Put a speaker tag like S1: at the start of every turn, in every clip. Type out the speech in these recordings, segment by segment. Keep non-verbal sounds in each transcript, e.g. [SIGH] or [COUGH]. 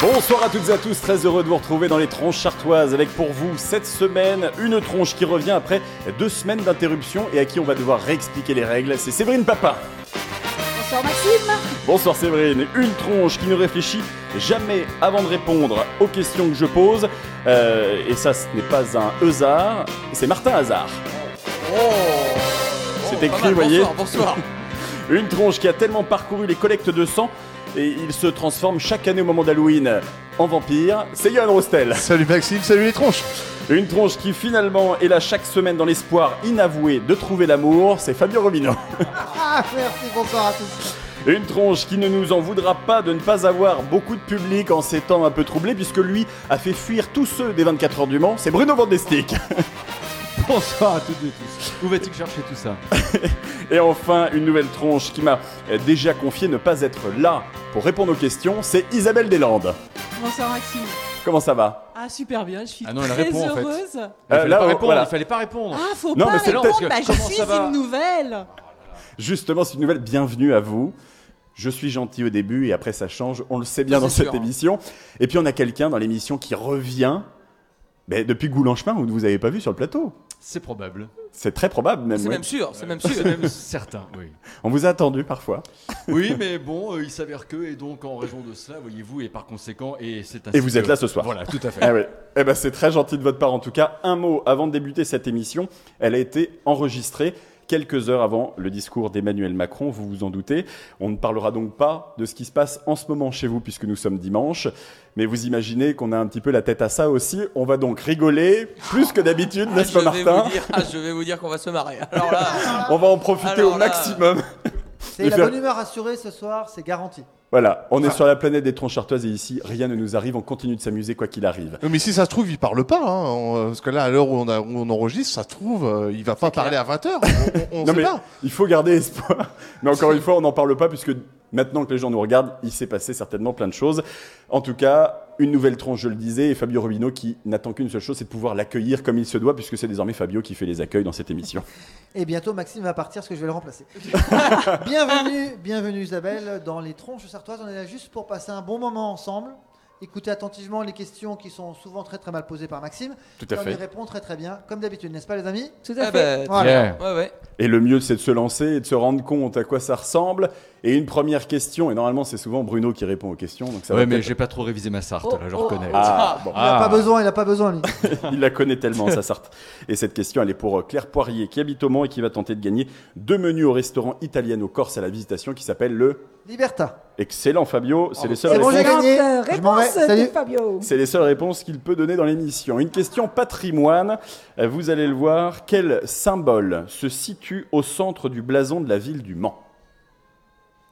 S1: Bonsoir à toutes et à tous, très heureux de vous retrouver dans les tronches chartoises avec pour vous cette semaine une tronche qui revient après deux semaines d'interruption et à qui on va devoir réexpliquer les règles. C'est Séverine Papin.
S2: Bonsoir Maxime
S1: Bonsoir Séverine, une tronche qui ne réfléchit jamais avant de répondre aux questions que je pose. Euh, et ça, ce n'est pas un hasard, c'est Martin Hazard. C'est
S3: pas
S1: écrit,
S3: mal,
S1: voyez.
S3: Bonsoir, bonsoir.
S1: Une tronche qui a tellement parcouru les collectes de sang et il se transforme chaque année au moment d'Halloween en vampire, c'est Yann Rostel.
S4: Salut Maxime, salut les tronches
S1: Une tronche qui finalement est là chaque semaine dans l'espoir inavoué de trouver l'amour, c'est Fabio Romino.
S5: [LAUGHS] Ah, merci, bonsoir à tous.
S1: Une tronche qui ne nous en voudra pas de ne pas avoir beaucoup de public en ces temps un peu troublés puisque lui a fait fuir tous ceux des 24 heures du Mans, c'est Bruno Vandestick.
S3: bonsoir à toutes et tous. Où vas-tu chercher tout ça
S1: Et enfin, une nouvelle tronche qui m'a euh, déjà confié ne pas être là pour répondre aux questions, c'est Isabelle Deslandes.
S6: Bonsoir Maxime.
S1: Comment ça va
S6: Ah super bien, je suis
S3: Ah non, elle
S6: très
S3: répond, en fait.
S6: heureuse.
S3: Il
S1: Euh,
S3: fallait
S1: là,
S3: pas
S1: oh,
S3: répondre,
S1: voilà.
S3: il fallait pas répondre.
S6: Ah faut
S1: Non,
S6: pas
S1: mais c'est
S6: répondre,
S3: peut-être que-
S6: bah, je
S3: comment
S6: suis
S3: ça va
S6: une nouvelle.
S1: Justement, c'est une nouvelle bienvenue à vous. Je suis gentil au début et après ça change, on le sait bien
S3: C'est
S1: dans
S3: sûr,
S1: cette
S3: hein.
S1: émission. Et puis on a quelqu'un dans l'émission qui revient ben, depuis Goulanchemin, vous ne vous avez pas vu sur le plateau.
S3: C'est probable.
S1: C'est très probable même.
S3: C'est
S1: oui.
S3: même sûr, c'est même sûr. C'est même certain, oui.
S1: On vous a attendu parfois.
S3: Oui, mais bon, euh, il s'avère que, et donc en raison de cela, voyez-vous, et par conséquent, et c'est ainsi
S1: Et vous êtes
S3: que-
S1: là ce soir.
S3: Voilà, tout à fait.
S1: Ah oui. Eh ben, c'est très gentil de votre part en tout cas. Un mot avant de débuter cette émission, elle a été enregistrée quelques heures avant le discours d'Emmanuel Macron, vous vous en doutez. On ne parlera donc pas de ce qui se passe en ce moment chez vous puisque nous sommes dimanche, mais vous imaginez qu'on a un petit peu la tête à ça aussi. On va donc rigoler plus que d'habitude,
S7: Ah,
S1: n'est-ce
S7: je
S1: pas
S7: vais
S1: Martin
S7: vous dire, ah, je vais vous dire qu'on va
S6: [LAUGHS]
S7: se marrer. Alors là,
S1: On va en profiter
S7: Alors
S1: au
S7: là-
S1: maximum.
S5: C'est
S1: Il
S5: la
S1: fait-
S5: bonne humeur assurée ce soir, c'est garanti.
S1: Voilà, on
S7: Ah.
S1: est sur la planète des tronches chartoises et ici, rien ne nous arrive, on continue de s'amuser quoi qu'il arrive.
S4: Mais si ça se trouve, il parle pas, hein, on- euh, parce que là, à l'heure où, on a- où on enregistre, ça se trouve, euh, il va pas parler à 20h,
S1: [LAUGHS]
S4: on, on
S1: Non
S4: sait
S1: mais
S4: pas.
S1: il faut garder espoir. [LAUGHS] Mais encore une fois, on n'en parle pas puisque maintenant que les gens nous regardent, il s'est passé certainement plein de choses. En tout cas, une nouvelle tronche, je le disais, et Fabio Rubino qui n'attend qu'une seule chose, c'est de pouvoir l'accueillir comme il se doit puisque c'est désormais Fabio qui fait les accueils dans cette émission.
S5: Et bientôt, Maxime va partir parce que je vais le remplacer. bienvenue, bienvenue Isabelle dans les tronches sartoises. On est là juste pour passer un bon moment ensemble. Écoutez attentivement les questions qui sont souvent très très mal posées par Maxime.
S1: [LAUGHS] Tout à
S5: Et on
S1: fait.
S5: y répond très très bien, comme d'habitude, n'est-ce pas les amis
S6: Tout à
S7: ah
S6: fait.
S7: bah,
S5: Voilà.
S7: ouais, ouais.
S1: Et le mieux, c'est de se lancer et de se rendre compte à quoi ça ressemble. Et une première question, et normalement c'est souvent Bruno qui répond aux questions, donc ça va
S3: Ouais, mais
S1: peut-être-
S3: j'ai pas trop révisé ma Sarthe,
S6: Oh,
S3: là, je
S6: oh,
S3: reconnais.
S1: Ah, bon.
S5: Il n'a pas besoin, il n'a pas besoin lui.
S1: Il la connaît tellement, sa Sarthe. Et cette question, elle est pour euh, Claire Poirier, qui habite au Mans et qui va tenter de gagner deux menus au restaurant Italiano-Corse à la visitation qui s'appelle le
S5: Liberta.
S1: Excellent Fabio. C'est les seules
S5: C'est bon, j'ai
S1: réponses.
S5: gagné.
S2: Excellente
S5: Je m'en vais,
S2: réponse de
S5: salut.
S2: Fabio.
S1: C'est les seules réponses qu'il peut donner dans l'émission. Une question patrimoine. Euh, Vous allez le voir. Quel symbole se situe au centre du blason de la ville du Mans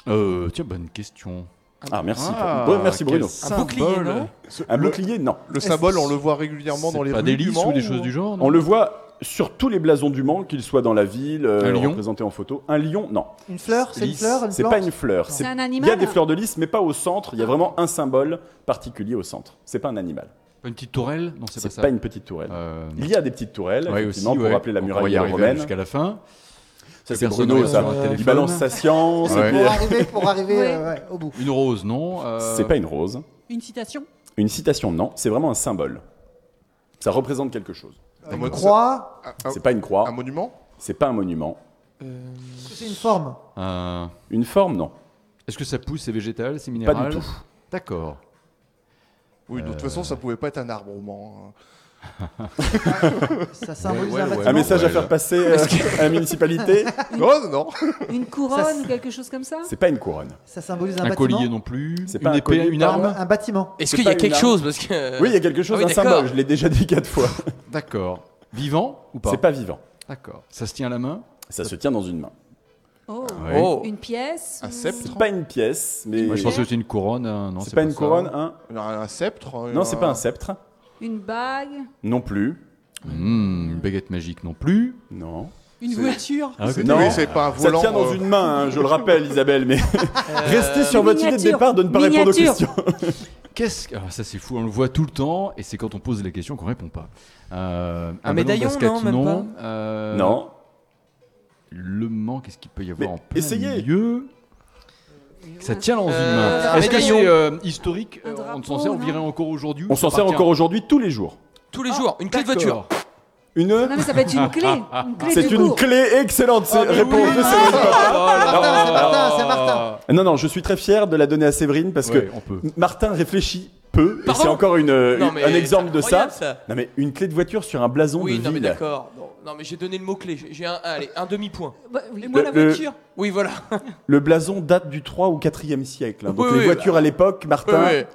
S3: Euh, tiens, bonne question.
S1: Ah, merci.
S4: Ah,
S1: Bon, merci
S3: quel
S1: Bruno.
S7: Un bouclier,
S3: symbole.
S7: non
S4: Ce-
S1: Un
S4: le,
S1: bouclier, non.
S4: le symbole, on le voit régulièrement
S3: C'est
S4: dans les
S3: pas
S4: rues
S3: des
S4: du
S3: listes
S4: Mans,
S3: ou des choses du genre non
S1: On le voit sur tous les blasons du Mans, qu'ils soient dans la ville, euh,
S3: Un lion
S1: représentés en photo. Un lion, non.
S5: Une fleur, c'est une
S3: Lys.
S5: fleur, une
S1: C'est
S5: plante.
S1: pas une fleur.
S6: C'est un
S1: Il y a
S6: animal.
S1: des fleurs de lys, mais pas au centre. Il y a vraiment un symbole particulier au centre. C'est pas un animal.
S3: Pas une petite tourelle Non, c'est
S1: C'est
S3: pas
S1: pas,
S3: ça.
S1: une petite tourelle.
S3: Euh,
S1: Il y a des petites tourelles,
S3: ouais, aussi,
S1: effectivement, pour
S3: ouais.
S1: rappeler la
S3: On va y
S1: muraille
S3: arriver
S1: romaine.
S3: Jusqu'à la fin.
S1: Ça, c'est
S3: Personne
S1: Bruno,
S3: n'a
S1: ça.
S3: sur un
S1: Il
S3: téléphone.
S1: balance sa science. et
S3: Ouais.
S1: puis,
S5: Pour arriver, pour arriver,
S6: Oui.
S5: euh, ouais, au bout.
S3: Une rose, non euh,
S1: C'est pas une rose.
S6: Une citation.
S1: Une citation, non. C'est vraiment un symbole. Ça représente quelque chose.
S4: Un
S5: Une
S4: mode-
S5: croix,
S4: un- un-
S1: C'est pas une
S4: Ah. un
S1: croix.
S4: monument
S1: C'est pas un monument.
S5: c'est une forme.
S3: Euh,
S1: Une forme, non.
S3: Est-ce que ça pousse, c'est végétal, c'est minéral
S1: tout.
S3: D'accord.
S4: Oui, de toute façon, ça pouvait pas être un arbre au Mans.
S5: Ça symbolise
S3: ouais,
S5: un
S3: ouais,
S5: bâtiment.
S1: Un message à
S3: ouais,
S1: faire
S3: là.
S1: passer euh, à la municipalité.
S4: Non, non, non
S6: Une
S5: Ça,
S6: couronne
S5: c'est-
S6: ou quelque chose comme ça
S1: C'est pas une couronne.
S5: Ça symbolise un,
S3: Un,
S5: bâtiment.
S3: collier non plus.
S1: C'est
S3: C'est
S1: pas
S3: pas
S1: un
S3: une épée,
S1: collier,
S3: une
S1: pardon.
S3: arme
S5: Un bâtiment.
S7: Est-ce
S1: C'est
S7: qu'il y
S1: pas
S7: a
S1: une
S7: quelque
S1: arme.
S7: chose parce que...
S1: Oui, il y a quelque chose,
S7: Ah oui,
S1: un symbole.
S7: d'accord.
S1: Je l'ai déjà dit quatre fois.
S3: D'accord. Vivant ou pas
S1: C'est pas vivant.
S3: D'accord. Ça se tient à la main
S1: Ça se tient dans une main.
S6: Oh.
S3: Ouais.
S7: Oh.
S6: Une pièce
S4: Un
S6: ou-
S4: sceptre
S1: C'est pas une pièce, mais.
S3: Moi, je pense que c'est une couronne. hein, non,
S1: C'est pas une
S3: ça.
S1: couronne, hein
S4: Un, un sceptre
S1: Non, c'est pas un sceptre.
S6: Une bague
S1: Non plus.
S3: Hmm, une baguette magique non plus.
S1: Non.
S6: Une
S4: C'est-
S6: voiture
S4: C'est-
S1: Non.
S4: Ah, Oui, c'est pas un
S1: Ça
S4: volant.
S1: tient dans
S4: euh,
S1: une main, hein, je le rappelle, Isabelle, mais
S7: Euh,
S1: restez sur votre idée de
S6: miniature.
S1: départ de ne pas répondre aux
S6: Miniature.
S1: questions.
S3: Qu'est-ce que. Alors, ça, c'est fou, on le voit tout le temps et c'est quand on pose les questions qu'on répond pas. Euh, ballon de
S7: médaillon,
S3: basket,
S7: non, même
S3: Euh,
S1: Non.
S3: Le Mans, qu'est-ce qu'il peut y avoir
S1: Mais
S3: en plein
S1: essayez.
S3: milieu Ça tient dans
S7: Euh,
S3: une main.
S7: un
S3: Est-ce que
S7: médaillon.
S3: c'est euh, historique
S6: Un
S3: euh, on
S6: drapeau,
S3: s'en sert, on
S6: non
S3: virait encore aujourd'hui. ou
S1: On s'en
S3: ça
S1: sert
S3: appartient-
S1: encore aujourd'hui tous les jours.
S7: Tous les jours, une clé de voiture.
S3: D'accord.
S1: Une
S6: Non, mais ça peut être une clé. Une clé
S1: ah. C'est
S6: de
S1: une
S6: cours.
S1: clé excellente.
S7: Ah,
S1: C'est
S3: mais
S1: réponse
S3: oui.
S1: de Séverine Papa.
S5: Martin, c'est Martin, c'est Martin.
S1: Non, non, je suis très fier de la donner à Séverine parce
S3: Ouais,
S1: que
S3: on peut.
S1: Martin réfléchit peu. et
S7: Pardon
S1: c'est encore une, euh,
S7: Non,
S1: une-
S7: mais
S1: un exemple de
S7: c'est
S1: ça.
S7: incroyable, ça.
S1: Non, mais une clé de voiture sur un blason
S7: Oui,
S1: de
S7: non, mais
S1: ville.
S7: d'accord. Non, non, mais j'ai donné le mot-clé. J'ai j'ai un, allez, un demi-point.
S6: Bah, oui.
S1: moi, la Le- voiture. [LAUGHS]
S7: Oui, voilà.
S1: Le blason date du 3 ou 4e siècle. hein. Donc
S7: Oui,
S1: les
S7: oui,
S1: voitures à l'époque, Martin.
S7: Ouais,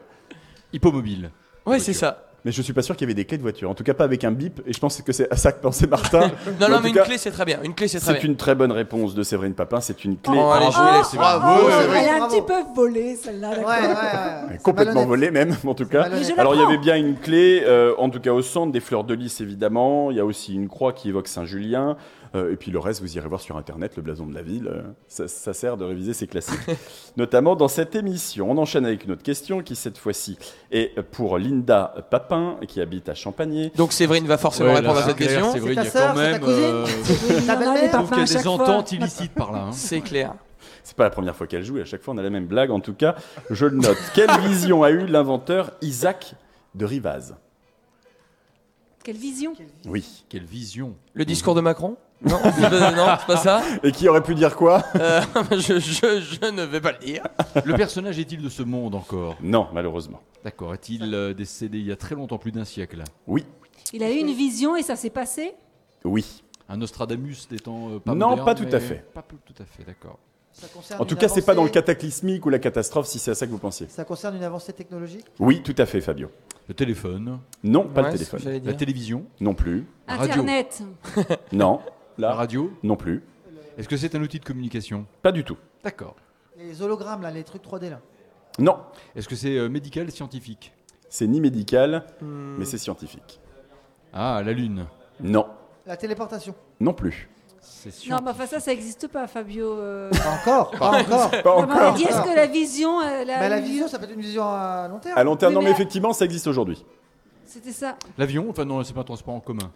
S3: Hippomobile.
S7: ouais c'est ça.
S1: Mais je suis pas sûr qu'il y avait des clés de voiture. En tout cas, pas avec un bip. Et je pense que c'est à ça que pensait Martin.
S7: Non,
S1: en
S7: non,
S1: tout
S7: mais une
S1: cas,
S7: clé, c'est [LAUGHS] très bien. Une clé, c'est très
S1: C'est
S7: bien.
S1: une très bonne réponse de Séverine Papin. C'est une clé. Ah,
S7: Oh, allez, je vous laisse.
S4: c'est Ah, bravo,
S5: c'est
S6: Oh, elle
S5: vrai.
S6: a un
S5: Bravo.
S6: petit peu volé celle-là.
S5: Ouais,
S6: d'accord.
S5: ouais, ouais, ouais.
S1: Mais Complètement
S5: C'est malhonnête.
S1: volée même, en tout cas.
S5: malhonnête.
S6: Mais je la
S1: Alors il y
S6: prends.
S1: avait bien une clé, euh, en tout cas au centre, des fleurs de lys évidemment, il y a aussi une croix qui évoque Saint-Julien, Euh, et puis le reste vous irez voir sur internet, le blason de la ville, Euh, ça, ça sert de réviser ces classiques, notamment dans cette émission. On enchaîne avec une autre question qui cette fois-ci est pour Linda Papin qui habite à Champagné.
S7: Donc Séverine va forcément
S3: Ouais,
S7: répondre
S3: là,
S7: à cette
S3: c'est clair,
S7: question.
S3: Séverine,
S5: C'est ta
S3: il y a
S5: sœur,
S3: quand
S5: [LAUGHS] c'est ta
S3: même,
S5: cousine
S3: euh,
S6: Oui, il y en
S5: Ta
S6: a des
S5: belle-mère
S3: Je trouve
S6: parfums
S3: qu'il y
S6: à
S3: a des
S6: chaque
S3: ententes
S6: fois.
S3: illicites par là. hein.
S7: C'est clair.
S1: C'est pas la première fois qu'elle joue, et à chaque fois on a la même blague, en tout cas je le note. Quelle vision a eu l'inventeur Isaac de Rivaz
S6: Quelle vision
S1: Oui.
S3: Quelle vision.
S7: Le discours de Macron Non, [LAUGHS] c'est pas- non, c'est pas ça. [LAUGHS]
S1: Et qui aurait pu dire quoi
S7: Euh, je, je- je ne vais pas le dire.
S3: Le personnage est-il de ce monde encore
S1: Non, malheureusement.
S3: D'accord. Est-il euh, décédé il y a très longtemps, plus d'un siècle
S1: Oui.
S6: Il a eu une vision et ça s'est passé
S1: Oui.
S3: Un Nostradamus des temps euh, pas
S1: Non,
S3: modernes,
S1: pas tout à
S3: mais
S1: fait.
S3: Pas plus- tout à fait, d'accord.
S5: Ça concerne
S1: En tout
S5: une
S1: cas, c'est pas dans le
S5: avancée-
S1: cataclysmique ou la catastrophe, si c'est à ça que vous pensiez.
S5: Ça concerne une avancée technologique
S1: Oui, tout à fait, Fabio.
S3: Le téléphone,
S1: Non, pas
S7: Ouais,
S1: le
S7: c'est ce que
S1: téléphone.
S7: j'allais dire.
S3: la télévision,
S1: Non plus.
S3: La radio.
S6: Internet.
S1: Non.
S3: la
S1: Là.
S3: radio.
S1: Non plus.
S3: Est-ce que c'est un outil de communication
S1: Pas du tout.
S3: D'accord.
S5: Les hologrammes, là, les trucs 3D, là.
S1: Non.
S3: Est-ce que c'est euh, médical, scientifique
S1: C'est ni médical, mais c'est scientifique.
S3: Ah, la lune.
S1: Non.
S5: La téléportation.
S1: Non plus.
S3: C'est sûr.
S6: Non, mais enfin ça, ça n'existe pas, Fabio. euh.
S5: Pas encore, pas encore.
S1: Pas
S6: Non, mais on a
S1: encore. Bah,
S6: dit, est-ce que la vision, euh, la,
S5: Mais la vision, ça peut être une vision à long terme.
S1: À long terme,
S6: Oui,
S1: non,
S6: mais
S1: mais
S6: à-
S1: effectivement, ça existe aujourd'hui.
S6: c'était ça.
S3: L'avion Enfin non, c'est pas un transport en commun.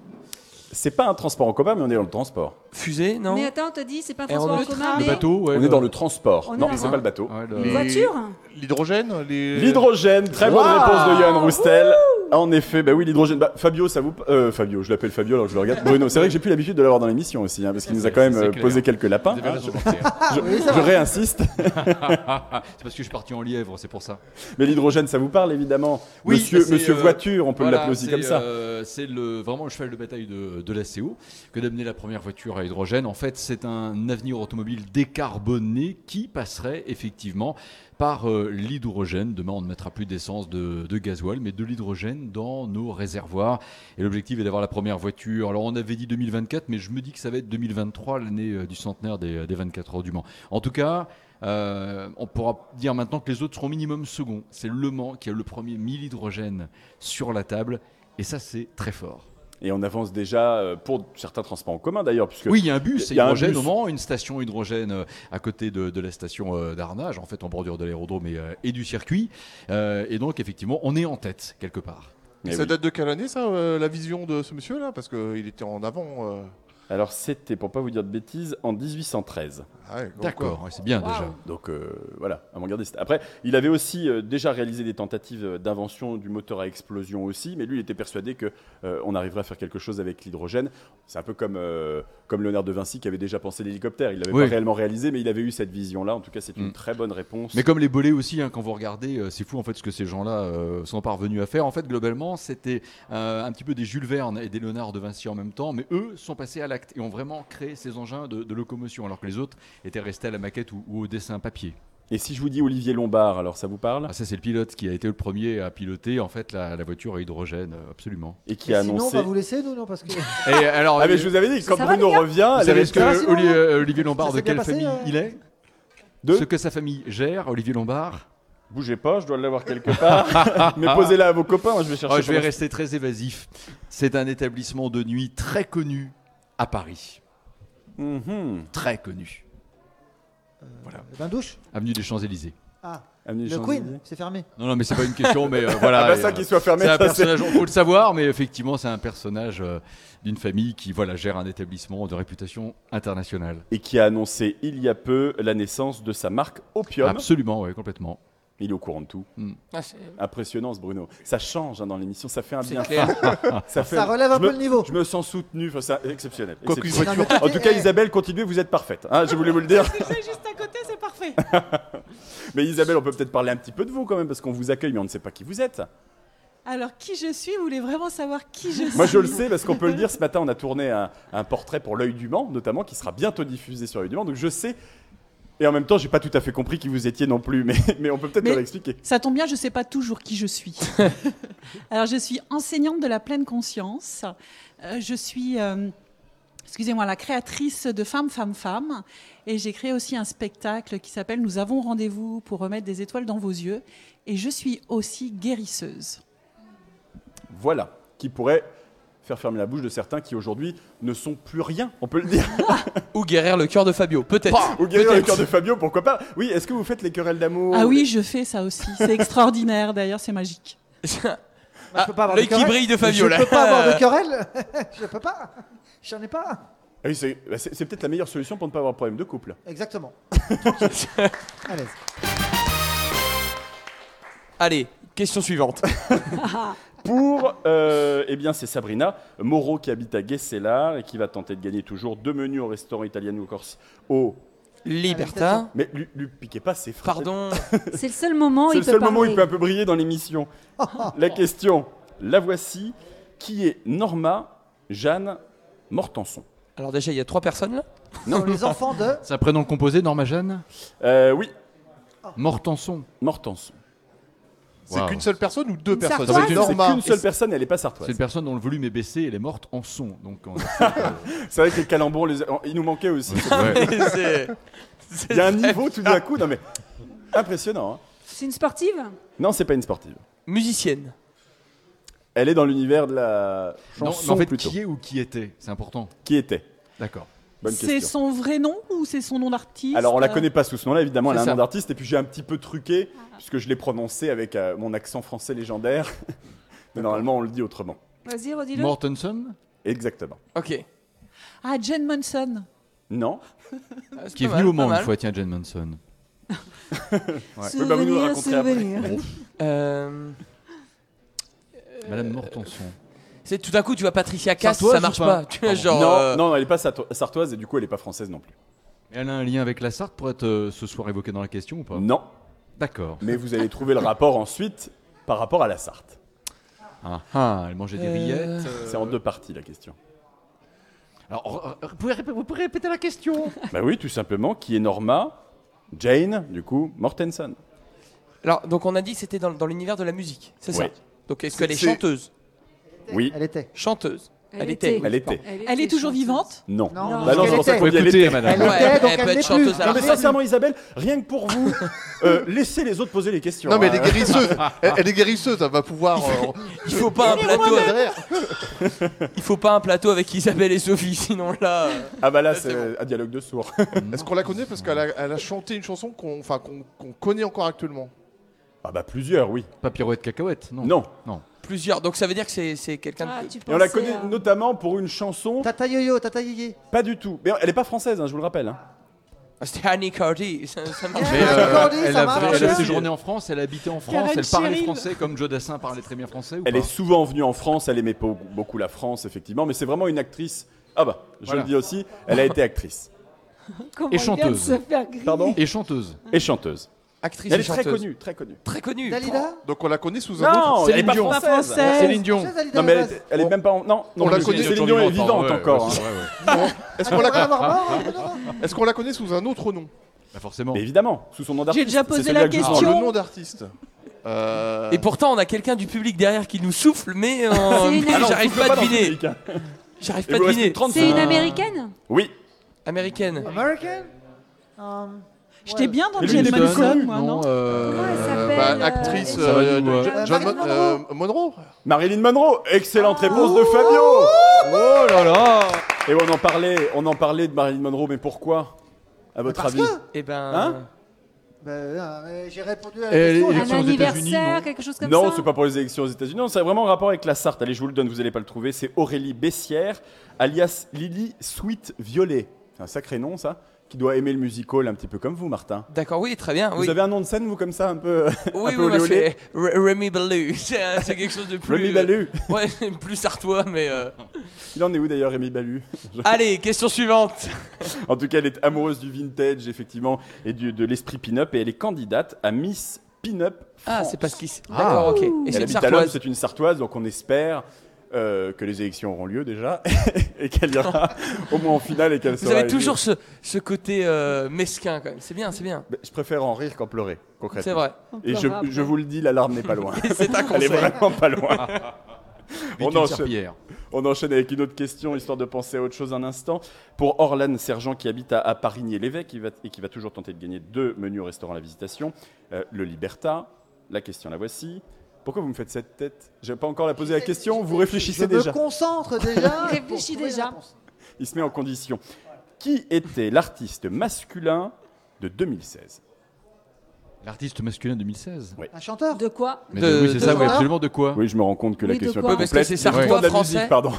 S1: C'est pas un transport en commun, mais on est dans le transport.
S7: Fusée, non
S6: Mais attends, on t'a dit, c'est pas un
S7: Et on
S6: transport
S7: le
S6: en commun,
S3: Le
S6: mais
S3: bateau ouais,
S1: On est dans le transport.
S6: on est
S1: Non,
S6: dans-
S1: c'est pas le bateau.
S3: Ouais, le-
S1: [LAUGHS]
S6: une voiture.
S4: L'hydrogène les-
S1: L'hydrogène, très bonne réponse de Johan Roustel. En effet, bah oui, l'hydrogène. Bah, Fabio, ça vous. euh, Fabio, je l'appelle Fabio, alors je le
S5: [LAUGHS]
S1: regarde. Bruno, c'est vrai que j'ai plus l'habitude de l'avoir dans l'émission aussi, hein, parce qu'il nous a quand même
S3: C'est
S1: euh,
S3: clair.
S1: posé quelques lapins.
S3: Vous avez raison,
S1: [LAUGHS] Je,
S5: Ah, Oui, ça
S1: je
S5: va. [LAUGHS]
S1: réinsiste.
S3: C'est parce que je suis parti en lièvre, c'est pour ça.
S1: Mais l'hydrogène, ça vous parle évidemment.
S3: Oui,
S1: monsieur
S3: c'est,
S1: monsieur
S3: euh,
S1: voiture, on peut
S3: Voilà,
S1: l'appeler aussi
S3: c'est,
S1: comme ça.
S3: euh, c'est le, vraiment le cheval de bataille de, de la CO que d'amener la première voiture à hydrogène. En fait, c'est un avenir automobile décarboné qui passerait effectivement par euh, l'hydrogène. Demain, on ne mettra plus d'essence de, de gasoil, mais de l'hydrogène dans nos réservoirs. Et l'objectif est d'avoir la première voiture. Alors, on avait dit 2024, mais je me dis que ça va être 2023, l'année euh, du centenaire des, des 24 heures du Mans. En tout cas, euh, on pourra dire maintenant que les autres seront minimum second. C'est Le Mans qui a le premier 1000 hydrogènes sur la table. Et ça, c'est très fort.
S1: Et on avance déjà euh, pour certains transports en commun d'ailleurs, puisque
S3: Oui, il y a un bus
S1: Il y a un
S3: hydrogène
S1: bus.
S3: au Mans, une station hydrogène euh, à côté de, de la station euh, d'Arnage, en fait en bordure de l'aérodrome et, euh, et du circuit. Euh, et donc, effectivement, on est en tête quelque part.
S1: Eh
S4: Ça
S1: oui.
S4: date de quelle année, ça, euh, la vision de ce monsieur-là Parce qu'il était en avant. euh.
S1: alors c'était pour pas vous dire de bêtises en 1813.
S4: Ah ouais, donc,
S3: D'accord, ouais, c'est bien déjà.
S1: Donc euh, voilà, à mon garder. Après, il avait aussi euh, déjà réalisé des tentatives euh, d'invention du moteur à explosion aussi, mais lui, il était persuadé que euh, on arriverait à faire quelque chose avec l'hydrogène. C'est un peu comme euh, comme Léonard de Vinci qui avait déjà pensé l'hélicoptère. Il l'avait
S3: Oui.
S1: pas réellement réalisé, mais il avait eu cette vision-là. En tout cas, c'est une
S3: Mm.
S1: très bonne réponse.
S3: Mais comme les bolets aussi, hein, quand vous regardez, euh, c'est fou en fait ce que ces gens-là euh, sont parvenus à faire. En fait, globalement, c'était euh, un petit peu des Jules Verne et des Léonard de Vinci en même temps, mais eux sont passés à l'acte et ont vraiment créé ces engins de, de locomotion, alors que les autres étaient restés à la maquette ou, ou au dessin papier.
S1: Et si je vous dis Olivier Lombard, alors ça vous parle
S3: Ah, ça, c'est le pilote qui a été le premier à piloter en fait la, la voiture à hydrogène, euh, absolument.
S1: Et qui
S5: Et
S1: a
S5: Sinon, on
S1: annoncé
S5: va vous laisser, nous, non Parce que.
S3: [LAUGHS]
S5: Eh
S3: Et alors,
S1: Ah mais je vous avais dit, quand
S6: Ça va,
S1: Bruno
S6: les gars
S1: revient,
S3: Vous
S1: elle
S3: savez
S1: est hein.
S3: ce que Olivier, euh, Olivier
S5: Ça
S3: Lombard,
S5: s'est
S3: de quelle
S5: bien passé,
S3: famille
S5: euh
S3: il est
S1: De
S3: Ce que sa famille gère, Olivier Lombard.
S1: Bougez pas, je dois l'avoir quelque part.
S3: [LAUGHS]
S1: mais posez-la à vos copains, moi, je vais chercher.
S3: Oh, je vais
S1: pendant-
S3: rester très évasif. C'est un établissement de nuit très connu à Paris.
S1: Mhm.
S3: Très connu.
S5: Voilà. Bain ben, douche
S3: Avenue des Champs-Élysées.
S5: Ah,
S1: Avenue des
S5: le
S1: Champs-Élysées.
S5: Queen, c'est fermé.
S3: Non, non, mais c'est pas une
S1: [LAUGHS]
S3: question, mais euh, voilà.
S1: Ah bah
S3: et,
S1: ça
S3: euh,
S1: qu'il soit fermé,
S3: c'est un
S1: ça c'est...
S3: personnage, on peut le savoir, mais effectivement, c'est un personnage euh, d'une famille qui voilà, gère un établissement de réputation internationale.
S1: Et qui a annoncé il y a peu la naissance de sa marque Opium.
S3: Absolument, oui, complètement.
S1: Il est au courant de tout.
S7: Ah, c'est-
S1: Impressionnant ce Bruno. Ça change hein, dans l'émission, ça fait un
S7: C'est
S1: bien.
S7: clair.
S1: Ça, fait...
S5: Ça relève un
S1: je me-
S5: peu le niveau.
S1: Je me sens soutenu, enfin, c'est exceptionnel.
S4: Quoi qu'une
S5: Non,
S1: Exceptionnel.
S5: mais
S4: voiture.
S1: En tout cas,
S5: eh,
S1: Isabelle, continuez, vous êtes parfaite. hein, je voulais vous le dire.
S8: [LAUGHS] C'est juste à côté, c'est parfait.
S1: Mais Isabelle, on peut peut-être parler un petit peu de vous quand même, parce qu'on vous accueille, mais on ne sait pas qui vous êtes.
S8: Alors, qui je suis Vous voulez vraiment savoir qui je suis
S1: Moi, je le sais, parce qu'on peut le dire, ce matin, on a tourné un, un portrait pour l'œil du Mans, notamment, qui sera bientôt diffusé sur l'œil du Mans. Donc, je sais. Et en même temps, j'ai pas tout à fait compris qui vous étiez non plus, mais, mais on peut peut-être
S8: Mais-
S1: me l'expliquer.
S8: Ça tombe bien, je ne sais pas toujours qui je suis.
S1: [LAUGHS]
S8: Alors, je suis enseignante de la pleine conscience. Euh, je suis, euh, excusez-moi, la créatrice de Femmes, Femmes, Femmes. Et j'ai créé aussi un spectacle qui s'appelle Nous avons rendez-vous pour remettre des étoiles dans vos yeux. Et je suis aussi guérisseuse.
S1: Voilà, qui pourrait faire fermer la bouche de certains qui aujourd'hui ne sont plus rien, on peut le dire.
S7: Ou guérir le cœur de Fabio, peut-être.
S1: Ou guérir le
S7: Peut-être.
S1: cœur de Fabio, pourquoi pas Oui, est-ce que vous faites les querelles d'amour
S8: Ah oui, je fais ça aussi. C'est extraordinaire, d'ailleurs, c'est magique.
S7: Bah.
S5: je peux pas avoir de
S7: L'œil qui
S5: querelle.
S7: brille de Fabio,
S5: je
S7: là.
S5: peux pas avoir de querelle. [LAUGHS] je peux pas. J'en ai pas.
S1: Ah oui, c'est bah, c'est- c'est peut-être la meilleure solution pour ne pas avoir de problème de couple.
S5: [LAUGHS] Exactement. Tranquille. à l'aise.
S7: [LAUGHS] [LAUGHS] Allez, question suivante.
S1: Pour, euh, eh bien, c'est Sabrina Moreau qui habite à Guessela et qui va tenter de gagner toujours deux menus au restaurant italien ou corse au.
S7: Libertin.
S1: Mais lui, lui piquez pas ses phrases.
S7: Pardon.
S6: C'est le seul moment où
S1: C'est
S6: il
S1: le
S6: peut
S1: seul moment où il peut un
S6: parler.
S1: peu briller dans l'émission. la question, la voici. Qui est Norma Jeanne Mortenson
S7: Alors déjà, il y a trois personnes [LAUGHS] là.
S5: Non. les enfants de.
S3: C'est un prénom composé, Norma Jeanne
S1: Euh, Oui,
S3: Mortenson.
S1: Mortenson.
S4: C'est
S3: Wow.
S4: qu'une seule personne ou deux
S6: Une
S4: personnes
S6: sartoise
S1: C'est
S4: Norma.
S1: qu'une seule personne, elle n'est pas
S3: C'est une
S1: sartoise.
S3: personne dont le volume est baissé, elle est morte en son. Donc, on-
S1: [LAUGHS] C'est vrai que les calambons, les- il nous manquait aussi.
S3: Ouais.
S7: C'est-
S1: Il y a un niveau tout d'un coup, non mais impressionnant. hein.
S6: C'est une sportive
S1: Non, c'est pas une sportive.
S7: [LAUGHS] Musicienne.
S1: Elle est dans l'univers de la
S3: Non,
S1: chanson
S3: mais en fait,
S1: plutôt.
S3: qui est ou qui était C'est important.
S1: Qui était
S3: D'accord.
S1: Bonne
S8: C'est
S1: question.
S8: son vrai nom ou c'est son nom d'artiste
S1: Alors on la connaît pas sous ce nom-là, évidemment, elle a
S7: C'est
S1: un
S7: ça.
S1: nom d'artiste, et puis j'ai un petit peu truqué, puisque je l'ai prononcé avec euh, mon accent français
S3: [LAUGHS]
S1: légendaire, mais normalement on le dit autrement.
S6: Vas-y, redis-le.
S3: Mortenson,
S1: Exactement.
S7: Ok.
S8: Ah, Jane Monson.
S1: Non
S7: Ah, c'est
S3: qui est
S7: pas
S3: venu
S7: mal,
S3: au
S7: pas
S3: monde une
S7: mal.
S3: fois, tiens, Jane Monson.
S1: Oui, bah, vous nous
S6: Souvenir,
S1: raconterez après.
S6: souvenir.
S7: Euh,
S3: Madame Mortenson.
S7: c'est tout d'un coup, tu vois Patricia Cass,
S3: Sartoise
S7: ça
S3: ou
S7: marche
S3: pas
S7: pas. [LAUGHS] Tu vois,
S3: Pardon.
S7: genre.
S1: non,
S7: euh,
S1: non, elle est pas sarto- sartoise, et du coup elle est pas française non plus.
S3: Mais elle a un lien avec la Sarthe pour être euh, ce soir évoquée dans la question ou pas
S1: Non,
S3: D'accord.
S1: mais vous allez trouver le rapport ensuite par rapport à la Sarthe.
S3: Ah, ah, elle mangeait des
S7: Euh,
S3: rillettes.
S1: C'est en deux parties la question.
S3: Alors, vous pouvez, répéter la question
S1: Bah oui, tout simplement, qui est Norma Jane, du coup, Mortenson.
S7: Alors, donc on a dit que c'était dans, dans l'univers de la musique, c'est
S1: Ouais.
S7: ça Donc est-ce qu'elle est,
S1: C'est-
S7: chanteuse
S1: Oui,
S5: Elle était.
S7: Chanteuse.
S6: Elle était.
S1: elle était.
S8: Elle est toujours
S6: chanteuse.
S8: vivante
S1: Non.
S5: Non,
S6: Non,
S1: Bah
S5: parce
S1: non, c'est
S5: qu'elle
S1: pour ça
S5: était.
S1: qu'on dit elle
S3: Écoutez,
S1: était.
S5: Elle
S3: madame.
S7: Ouais,
S5: était, donc
S7: elle
S5: elle,
S7: peut être
S5: l'est
S7: chanteuse
S5: plus.
S7: à
S1: Non mais
S7: la
S5: Elle l'est plus.
S1: sincèrement Isabelle, rien que pour vous, euh, laissez les autres poser les questions.
S4: Non mais elle
S1: hein.
S4: est guérisseuse. Elle, elle est guérisseuse. Elle va pouvoir. euh,
S7: Il faut pas un plateau.
S4: derrière.
S7: Il faut pas un plateau avec Isabelle et Sophie, sinon là. euh,
S1: Ah bah là
S7: c'est
S1: c'est un dialogue de sourds. [LAUGHS]
S4: Est-ce qu'on la connaît parce qu'elle a, elle a chanté une chanson qu'on enfin, qu'on qu'on connaît encore actuellement
S1: Ah bah plusieurs oui.
S3: Pas pirouette cacahuète, non.
S1: Non.
S7: Plusieurs. Donc ça veut dire que c'est c'est quelqu'un
S6: Ah,
S7: de.
S6: tu
S1: Et on la
S6: pensais
S1: connaît
S6: à-
S1: notamment pour une chanson,
S5: Tata yo-yo, tata yéyé.
S1: pas du tout. Mais elle est pas française, hein, je vous le rappelle. hein.
S7: Ah, C'était Annie Cardi. [LAUGHS] Ça, ça me
S1: Ah
S7: dit-
S5: Mais, euh, Cordy,
S3: elle,
S5: ça
S3: a,
S5: marche.
S3: elle a
S1: Cordy.
S3: séjourné en France, elle habitait en France,
S8: Karen
S3: elle parlait
S8: Cheryl.
S3: français comme Joe Dassin parlait très bien français. Ou
S1: Elle
S3: pas
S1: est souvent venue en France, elle aimait pas beaucoup la France effectivement, mais c'est vraiment une actrice. Ah bah, je
S3: Voilà.
S1: le dis aussi, elle a été actrice
S6: Comment
S3: Et
S6: il vient de
S3: chanteuse.
S6: se faire griller.
S1: Pardon
S3: Et chanteuse.
S1: et chanteuse.
S7: Actrice
S1: Elle
S7: et
S1: est très
S7: chanteuse.
S1: connue, très connue.
S7: Très connue.
S5: Dalida
S4: Donc on la connaît sous un autre.
S1: Non, elle est pas
S3: Dion.
S1: française.
S8: Pas française.
S3: Céline Dion.
S5: C'est Dalida
S1: Non mais
S5: à la
S1: elle
S5: base.
S1: est, elle est même pas en... non, non
S4: On la
S1: mais
S4: connaît,
S1: Céline Dion est vivante
S3: Ouais,
S1: encore.
S3: ouais,
S1: hein.
S3: c'est vrai, ouais.
S4: Est-ce
S5: Ah,
S4: qu'on
S5: tu
S4: la,
S5: pourrais l'avoir mort, non, non, non.
S4: est-ce qu'on la connaît sous un autre nom
S3: Bah, forcément.
S1: Mais évidemment, sous son nom d'artiste.
S8: déjà
S1: c'est
S8: posé
S1: celui-là
S8: la
S1: que je vous
S8: question.
S4: Alors,
S1: parle.
S4: Le
S8: Dion.
S4: nom d'artiste. Euh,
S7: Et pourtant, on a quelqu'un du public derrière qui nous souffle, mais euh,
S6: une amie.
S7: mais
S1: Ah non,
S7: j'arrive
S1: souffle
S7: pas à
S1: dans le
S7: deviner.
S1: public, hein.
S7: J'arrive
S1: Et
S7: pas à
S1: vous restez
S7: deviner.
S1: 30
S6: C'est une
S7: Euh,
S6: américaine
S1: Oui,
S7: Américaine.
S5: American Um,
S8: J'étais
S5: ouais.
S8: bien dans
S3: Et
S8: Jane
S3: Livingston,
S8: Monson, moi, non,
S3: euh,
S6: Comment elle
S4: euh,
S6: s'appelle
S4: bah,
S6: euh,
S4: actrice
S3: Ça va
S4: euh,
S3: nous, euh,
S4: John- John
S5: Marilyn
S4: Mon- euh, Monroe.
S1: Marilyn Monroe, excellente réponse de Fabio.
S3: Oh là là
S1: Et on en parlait, on en parlait de Marilyn Monroe, mais pourquoi À votre
S5: Parce
S1: avis
S5: que-
S7: Et ben.
S1: Hein
S5: Bah, euh, mais J'ai répondu à la
S3: Elle est-
S5: question.
S3: elle est-
S5: là.
S6: Un
S3: aux États-Unis,
S6: anniversaire,
S3: non
S6: quelque chose comme ça hein.
S1: Non, c'est pas pour les élections aux États-Unis. Non, c'est vraiment en rapport avec la Sarthe. Allez, je vous le donne, vous n'allez pas le trouver. C'est Aurélie Bessière, alias Lily Sweet Violet. C'est un sacré nom, ça. qui doit aimer le musical un petit peu comme vous, Martin.
S7: D'accord, oui, très bien. Ah Oui,
S1: Vous avez un nom de scène, vous, comme ça, un peu. [LAUGHS] peu
S7: oui, oui, moi,
S1: olé, olé.
S7: c'est Re- Remy Balou. [LAUGHS] C'est un- c'est quelque chose de plus.
S1: Rémi Balu.
S7: euh, [LAUGHS] Ouais, plus sartois, mais. euh.
S1: Il en est où d'ailleurs, Rémi Balu
S7: Allez, question suivante.
S1: En tout cas, elle est amoureuse du vintage, effectivement, et du- de l'esprit pin-up, et elle est candidate à Miss Pin-up
S7: Ah,
S1: France.
S7: c'est parce qu'il. D'accord, ok. Et c'est
S1: Elle
S7: une
S1: habite à Londres,
S7: sartoise.
S1: c'est une sartoise, donc on espère euh, que les élections auront lieu déjà, [LAUGHS] et qu'elle
S7: [LAUGHS]
S1: ira au moins en finale et qu'elle
S7: Vous
S1: sera.
S7: avez
S1: élue.
S7: toujours ce, ce côté euh, mesquin quand même. C'est bien, c'est bien.
S1: Mais Je préfère en rire qu'en pleurer, concrètement.
S7: C'est vrai.
S6: On
S1: Et je,
S6: pleurera après.
S1: je vous le dis, l'alarme n'est pas loin.
S7: [LAUGHS] C'est
S1: Elle
S7: un
S1: est
S7: conseil.
S1: vraiment pas loin.
S3: Vite
S1: On
S3: une
S1: enchaîne.
S3: serpillière.
S1: On enchaîne avec une autre question, histoire de penser à autre chose un instant. Pour Orlan Sergent, qui habite à, à Parigny-l'Évêque et, va- et qui va toujours tenter de gagner deux menus au restaurant La Visitation, euh, le Liberta, la question la voici. Pourquoi vous me faites cette tête J'ai pas encore la posé la question, vous
S5: Je
S1: réfléchissez
S5: me
S1: déjà.
S5: concentre déjà.
S6: Il réfléchit
S5: pour trouver
S6: déjà.
S5: la réponse.
S1: Il se met en condition. Qui était l'artiste masculin de 2016
S3: L'artiste masculin 2016.
S5: Un chanteur
S6: [LAUGHS] De quoi
S3: Mais euh,
S7: De-
S3: oui, c'est
S7: de
S3: ça, oui,
S5: quoi
S3: absolument de quoi
S1: Oui, je me rends compte que la
S6: Oui, de
S1: question
S6: quoi
S1: est
S6: Oui,
S1: pas
S7: parce que
S1: complète.
S7: c'est
S1: Je
S7: sartois,
S1: parle de la
S7: français.
S1: musique, pardon.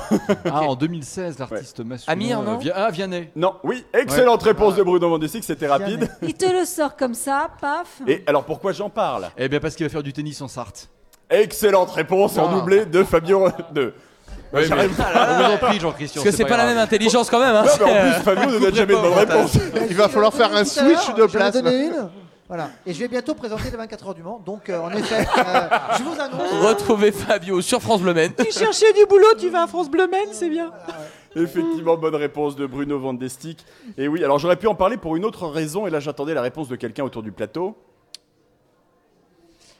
S3: Ah, en 2016, l'artiste masculin.
S7: Amir, non
S3: euh, Vi- Ah, Vianney.
S1: Non, oui, excellente réponse de Bruno Vandessic, c'était rapide.
S6: Il te le sort comme ça, paf.
S1: Et alors pourquoi j'en parle
S3: Eh bien, parce qu'il va faire du tennis en Sarthe.
S1: Excellente réponse en
S4: Ah.
S1: doublé de Fabio de.
S3: Oui,
S1: J'arrive
S3: Ah, mais-
S1: pas.
S3: On vous en prie, Jean-Christian.
S7: Parce que c'est pas, la
S3: grave.
S7: même intelligence quand même. Hein.
S1: Non, mais en
S7: C'est,
S1: plus, Fabio ne donne jamais de bonne
S7: pas au
S1: réponse.
S4: Il va falloir faire un
S5: Tout à l'heure,
S4: switch de
S5: j'en ai
S4: place.
S5: donné une. Voilà. Et je vais bientôt présenter les 24 heures du Mans. Donc, euh, en effet, euh, je vous
S7: euh,
S5: annonce.
S7: Retrouvez Fabio sur France Bleu [LAUGHS] Maine.
S8: Tu cherchais du boulot, tu vas à France Bleu Maine, c'est bien.
S1: Effectivement, bonne réponse de Bruno Van Destick. Et oui, alors j'aurais pu en parler pour une autre raison, et là j'attendais la réponse de quelqu'un autour du plateau.